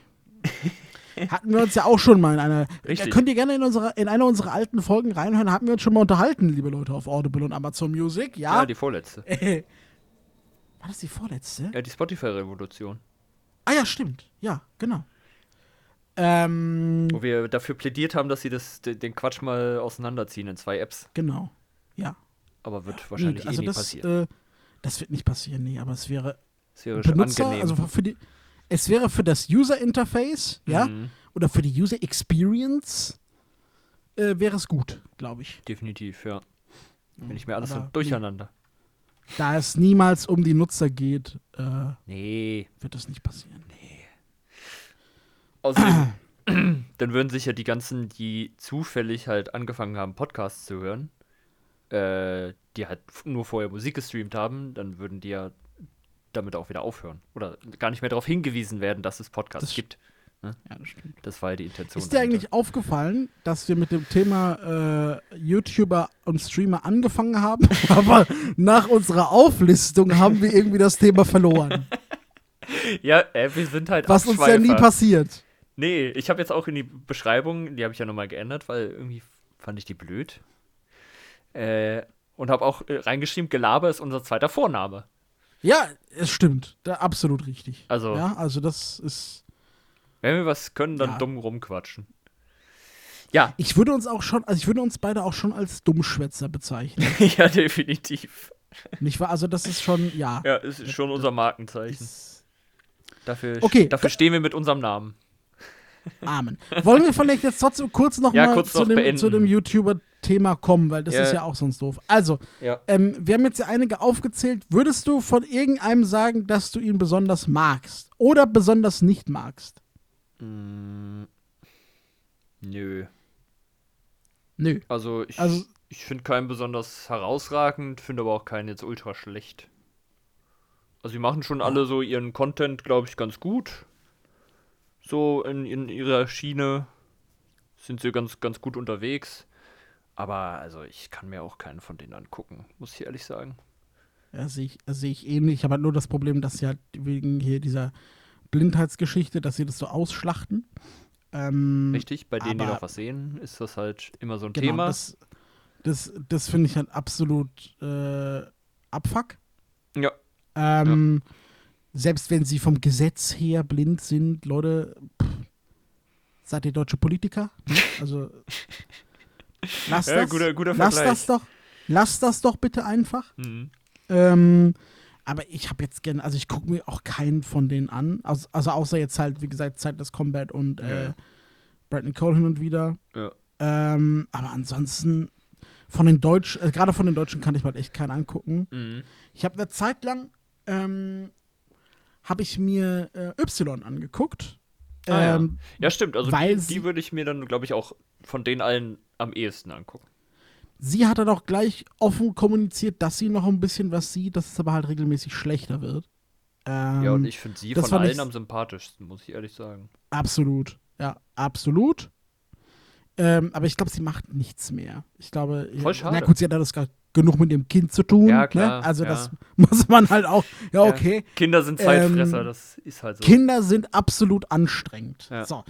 Speaker 3: Hatten wir uns ja auch schon mal in einer.
Speaker 2: Richtig.
Speaker 3: Könnt ihr gerne in, unsere, in einer unserer alten Folgen reinhören, hatten wir uns schon mal unterhalten, liebe Leute, auf Audible und Amazon Music, ja?
Speaker 2: Ja, die vorletzte.
Speaker 3: Äh. War das die vorletzte?
Speaker 2: Ja, die Spotify-Revolution.
Speaker 3: Ah ja, stimmt. Ja, genau. Ähm,
Speaker 2: Wo wir dafür plädiert haben, dass sie das, de- den Quatsch mal auseinanderziehen in zwei Apps.
Speaker 3: genau. Ja.
Speaker 2: Aber wird wahrscheinlich
Speaker 3: Nee, also
Speaker 2: eh nie
Speaker 3: das,
Speaker 2: passieren.
Speaker 3: Äh, das wird nicht passieren, nee, aber es wäre
Speaker 2: Das wäre schon
Speaker 3: Benutzer,
Speaker 2: angenehm.
Speaker 3: also für die, es wäre für das User Interface, ja,
Speaker 2: Mhm.
Speaker 3: oder für die User Experience äh, wäre es gut, glaube ich.
Speaker 2: Definitiv, ja. Wenn ich mir alles
Speaker 3: aber hm.
Speaker 2: so durcheinander.
Speaker 3: Da es niemals um die Nutzer geht, äh,
Speaker 2: Nee.
Speaker 3: wird das nicht passieren.
Speaker 2: Außerdem, dann würden sich ja die ganzen, die zufällig halt angefangen haben, Podcasts zu hören, äh, die halt f- nur vorher Musik gestreamt haben, dann würden die ja damit auch wieder aufhören. Oder gar nicht mehr darauf hingewiesen werden, dass es Podcasts
Speaker 3: Das-
Speaker 2: gibt.
Speaker 3: Ja, das stimmt.
Speaker 2: Das war ja die Intention.
Speaker 3: Ist dir
Speaker 2: dahinter.
Speaker 3: eigentlich aufgefallen, dass wir mit dem Thema äh, YouTuber und Streamer angefangen haben, aber nach unserer Auflistung haben wir irgendwie das Thema verloren,
Speaker 2: Ja, äh, wir sind halt
Speaker 3: was uns ja nie
Speaker 2: Abschweifer.
Speaker 3: passiert.
Speaker 2: Nee, ich habe jetzt auch in die Beschreibung, die habe ich ja nochmal geändert, weil irgendwie fand ich die blöd. Äh, und habe auch äh, reingeschrieben, Gelaber ist unser zweiter Vorname.
Speaker 3: Ja, es stimmt, da absolut richtig.
Speaker 2: Also,
Speaker 3: Ja, also das ist.
Speaker 2: wenn wir was können, dann
Speaker 3: Ja.
Speaker 2: dumm rumquatschen. Ja,
Speaker 3: Ich würde uns auch schon, also ich würde uns beide auch schon als Dummschwätzer bezeichnen.
Speaker 2: ja, definitiv.
Speaker 3: nicht wahr? Also das ist schon, ja.
Speaker 2: Ja, es ist schon unser Markenzeichen.
Speaker 3: Ist,
Speaker 2: Dafür,
Speaker 3: Okay.
Speaker 2: dafür stehen wir mit unserem Namen.
Speaker 3: Amen. Wollen wir vielleicht jetzt trotzdem kurz noch
Speaker 2: Ja,
Speaker 3: mal
Speaker 2: kurz
Speaker 3: zu,
Speaker 2: noch
Speaker 3: dem,
Speaker 2: beenden.
Speaker 3: zu dem YouTuber-Thema kommen, weil das
Speaker 2: Ja.
Speaker 3: ist ja auch sonst doof. Also,
Speaker 2: Ja.
Speaker 3: ähm, wir haben jetzt ja einige aufgezählt. Würdest du von irgendeinem sagen, dass du ihn besonders magst oder besonders nicht magst?
Speaker 2: Mm, nö.
Speaker 3: Nö.
Speaker 2: Also, ich,
Speaker 3: Also-
Speaker 2: ich finde keinen besonders herausragend, finde aber auch keinen jetzt ultra schlecht. Also, die machen schon alle so ihren Content, glaube ich, ganz gut. So in, in ihrer Schiene sind sie ganz, ganz gut unterwegs. Aber also, ich kann mir auch keinen von denen angucken, muss ich ehrlich sagen.
Speaker 3: Ja, sehe ich, sehe ich ähnlich. Ich habe halt nur das Problem, dass sie halt wegen hier dieser Blindheitsgeschichte, dass sie das so ausschlachten. Ähm,
Speaker 2: Richtig, bei denen, die
Speaker 3: aber-
Speaker 2: noch was sehen, ist das halt immer so ein
Speaker 3: genau,
Speaker 2: Thema.
Speaker 3: Das, das, das finde ich halt absolut äh, abfuck.
Speaker 2: Ja,
Speaker 3: Ähm, Selbst wenn sie vom Gesetz her blind sind, Leute, pff, seid ihr deutsche Politiker? Also, lasst
Speaker 2: Ja,
Speaker 3: das,
Speaker 2: guter- guter
Speaker 3: lasst
Speaker 2: Vergleich.
Speaker 3: das doch, lasst das doch bitte einfach.
Speaker 2: mhm.
Speaker 3: Ähm, aber ich habe jetzt gerne, also ich gucke mir auch keinen von denen an. Also, also außer jetzt halt, wie gesagt, Zeitles Combat und äh,
Speaker 2: Ja.
Speaker 3: Brandon Cole hin und wieder.
Speaker 2: ja.
Speaker 3: Ähm, aber ansonsten von den Deutsch, äh, gerade von den Deutschen kann ich mal echt keinen angucken.
Speaker 2: Mhm.
Speaker 3: Ich habe eine Zeit lang ähm, habe ich mir äh, Y angeguckt.
Speaker 2: Ah,
Speaker 3: ähm,
Speaker 2: ja. ja, stimmt. Also,
Speaker 3: weil
Speaker 2: die,
Speaker 3: sie-
Speaker 2: die würde ich mir dann, glaube ich, auch von den allen am ehesten angucken.
Speaker 3: Sie hat dann auch gleich offen kommuniziert, dass sie noch ein bisschen was sieht, dass es aber halt regelmäßig schlechter wird. Ähm,
Speaker 2: Ja, und ich finde sie
Speaker 3: das
Speaker 2: von
Speaker 3: fand
Speaker 2: allen
Speaker 3: ich-
Speaker 2: am sympathischsten, muss ich ehrlich sagen.
Speaker 3: Absolut. Ja, absolut. Ähm, aber ich glaube, sie macht nichts mehr. Ich glaube,
Speaker 2: Voll
Speaker 3: na
Speaker 2: schade.
Speaker 3: gut, sie hat ja das gar genug mit dem Kind zu tun.
Speaker 2: Ja, klar,
Speaker 3: ne? Also
Speaker 2: ja.
Speaker 3: das muss man halt auch. Ja, okay.
Speaker 2: Kinder sind Zeitfresser,
Speaker 3: Ähm,
Speaker 2: das ist halt so.
Speaker 3: Kinder sind absolut anstrengend.
Speaker 2: Ja.
Speaker 3: So.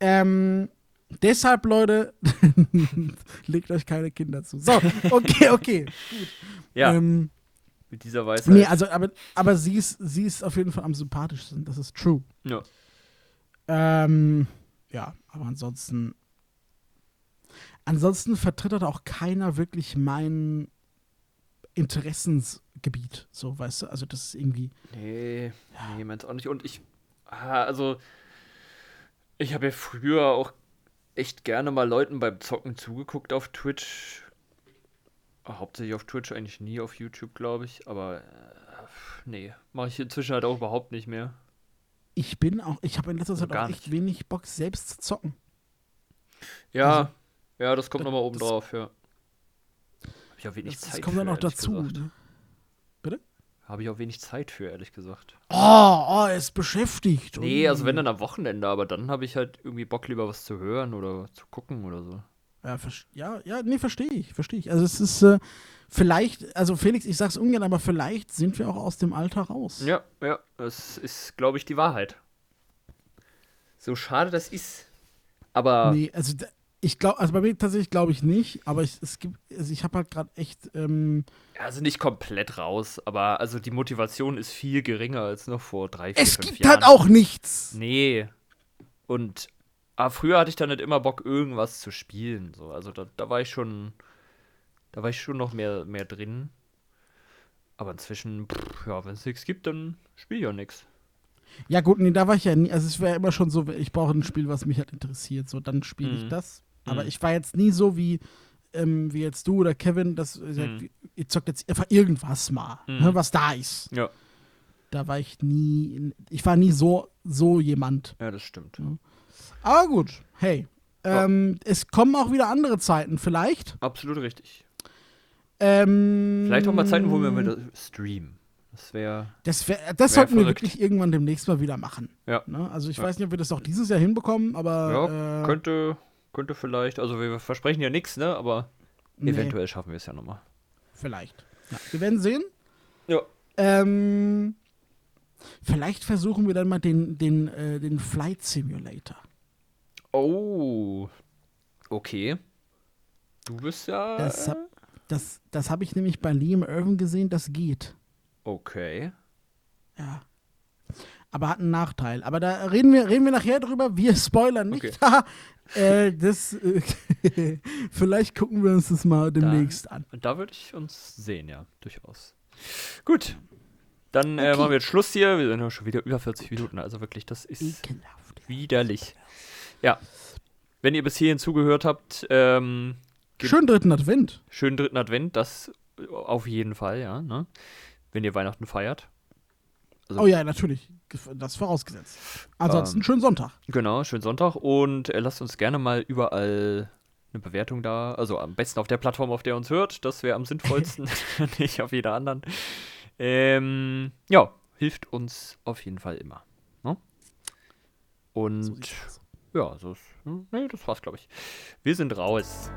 Speaker 3: Ähm, deshalb, Leute, legt euch keine Kinder zu. So, okay, okay.
Speaker 2: ja,
Speaker 3: Ähm,
Speaker 2: mit dieser Weisheit.
Speaker 3: nee, also, aber, aber sie, ist, sie ist auf jeden Fall am sympathischsten, das ist true.
Speaker 2: ja.
Speaker 3: Ähm, ja, aber ansonsten, Ansonsten vertritt halt auch keiner wirklich mein Interessensgebiet, so, weißt du? Also, das ist irgendwie.
Speaker 2: Nee, nee, meins auch nicht. Und ich, ah, also, ich habe ja früher auch echt gerne mal Leuten beim Zocken zugeguckt auf Twitch. Hauptsächlich auf Twitch, eigentlich nie auf YouTube, glaube ich. Aber äh, nee, mache ich inzwischen halt auch überhaupt nicht mehr.
Speaker 3: Ich bin auch, ich habe in letzter
Speaker 2: Also
Speaker 3: Zeit
Speaker 2: gar
Speaker 3: auch echt wenig Bock, selbst zu zocken.
Speaker 2: Ja, ja, das kommt
Speaker 3: Also, das-
Speaker 2: nochmal oben
Speaker 3: das-
Speaker 2: drauf, ja. Habe ich auch wenig
Speaker 3: Das,
Speaker 2: Zeit
Speaker 3: das kommt
Speaker 2: für,
Speaker 3: dann auch
Speaker 2: ehrlich
Speaker 3: dazu.
Speaker 2: gesagt.
Speaker 3: Ne?
Speaker 2: Habe ich auch wenig Zeit für, ehrlich gesagt.
Speaker 3: Oh, oh, er ist beschäftigt. Oh.
Speaker 2: Nee,
Speaker 3: Ui.
Speaker 2: also wenn dann am Wochenende, aber dann habe ich halt irgendwie Bock, lieber was zu hören oder zu gucken oder so.
Speaker 3: Ja, vers- ja, ja, nee, verstehe ich, verstehe ich. Also es ist äh, vielleicht, also Felix, ich sag's ungern, aber vielleicht sind wir auch aus dem Alter raus.
Speaker 2: Ja, ja, das ist, glaube ich, die Wahrheit. So schade das ist. Aber
Speaker 3: Nee, also d- ich glaube, also bei mir tatsächlich glaube ich nicht, aber ich, es gibt, also ich habe halt gerade echt, ähm,
Speaker 2: also nicht komplett raus, aber also die Motivation ist viel geringer als noch vor drei, vier,
Speaker 3: es
Speaker 2: fünf
Speaker 3: gibt
Speaker 2: Jahren.
Speaker 3: halt auch nichts.
Speaker 2: Nee. Und aber früher hatte ich dann nicht immer Bock, irgendwas zu spielen. So. Also da, da war ich schon. Da war ich schon noch mehr, mehr drin. Aber inzwischen, pff, ja, wenn es nichts gibt, dann spiel ich ja nichts.
Speaker 3: Ja gut, nee, da war ich ja nie, also es wäre immer schon so, ich brauche ein Spiel, was mich halt interessiert, so dann spiele ich
Speaker 2: Mhm.
Speaker 3: das. Aber
Speaker 2: Mhm.
Speaker 3: ich war jetzt nie so wie, ähm, wie jetzt du oder Kevin, dass ihr sagt,
Speaker 2: Mhm.
Speaker 3: ihr zockt jetzt einfach irgendwas mal,
Speaker 2: Mhm.
Speaker 3: ne, was da ist.
Speaker 2: Ja.
Speaker 3: Da war ich nie, ich war nie so, so jemand.
Speaker 2: Ja, das stimmt.
Speaker 3: Aber gut, hey.
Speaker 2: Ja.
Speaker 3: Ähm, Es kommen auch wieder andere Zeiten, vielleicht.
Speaker 2: Absolut richtig.
Speaker 3: Ähm,
Speaker 2: Vielleicht auch mal Zeiten, wo wir wieder streamen. Das wäre.
Speaker 3: Das, wär, das
Speaker 2: Wär
Speaker 3: sollten wir
Speaker 2: verrückt.
Speaker 3: wirklich irgendwann demnächst mal wieder machen.
Speaker 2: Ja.
Speaker 3: Ne? Also ich
Speaker 2: Ja.
Speaker 3: weiß nicht, ob wir das auch dieses Jahr hinbekommen, aber
Speaker 2: Ja,
Speaker 3: äh,
Speaker 2: könnte, könnte vielleicht. Also wir versprechen ja nichts, ne? Aber
Speaker 3: nee,
Speaker 2: eventuell schaffen wir es ja nochmal.
Speaker 3: Vielleicht. Ja. Wir werden sehen.
Speaker 2: Ja.
Speaker 3: Ähm, vielleicht versuchen wir dann mal den, den, äh, den Flight Simulator.
Speaker 2: Oh. Okay. Du bist ja.
Speaker 3: Das hab, das, das habe ich nämlich bei Liam Irvin gesehen, das geht.
Speaker 2: Okay.
Speaker 3: Ja. Aber hat einen Nachteil. Aber da reden wir, reden wir nachher drüber. Wir spoilern nicht. äh, das, äh, vielleicht gucken wir uns das mal demnächst an.
Speaker 2: Und da würde ich uns sehen, ja, durchaus. Gut. Dann äh,
Speaker 3: Okay.
Speaker 2: machen wir jetzt Schluss hier. Wir sind ja schon wieder über 40 Minuten. Also wirklich, das ist
Speaker 3: Ekelhaft.
Speaker 2: widerlich. Ja. Wenn ihr bis hierhin zugehört habt, ähm, Ge-
Speaker 3: Schönen dritten Advent.
Speaker 2: schönen dritten Advent, das auf jeden Fall, ja, ne? Wenn ihr Weihnachten feiert. Also-
Speaker 3: Oh ja, natürlich. Das vorausgesetzt. Ansonsten
Speaker 2: Ähm,
Speaker 3: schönen Sonntag.
Speaker 2: Genau, schönen Sonntag und äh, lasst uns gerne mal überall eine Bewertung da. Also am besten auf der Plattform, auf der ihr uns hört. Das wäre am sinnvollsten, nicht auf jeder anderen. Ähm, ja, hilft uns auf jeden Fall immer. Ne? Und
Speaker 3: sieht's aus.
Speaker 2: ja, so ist, hm, nee, das war's, glaube ich. Wir sind raus.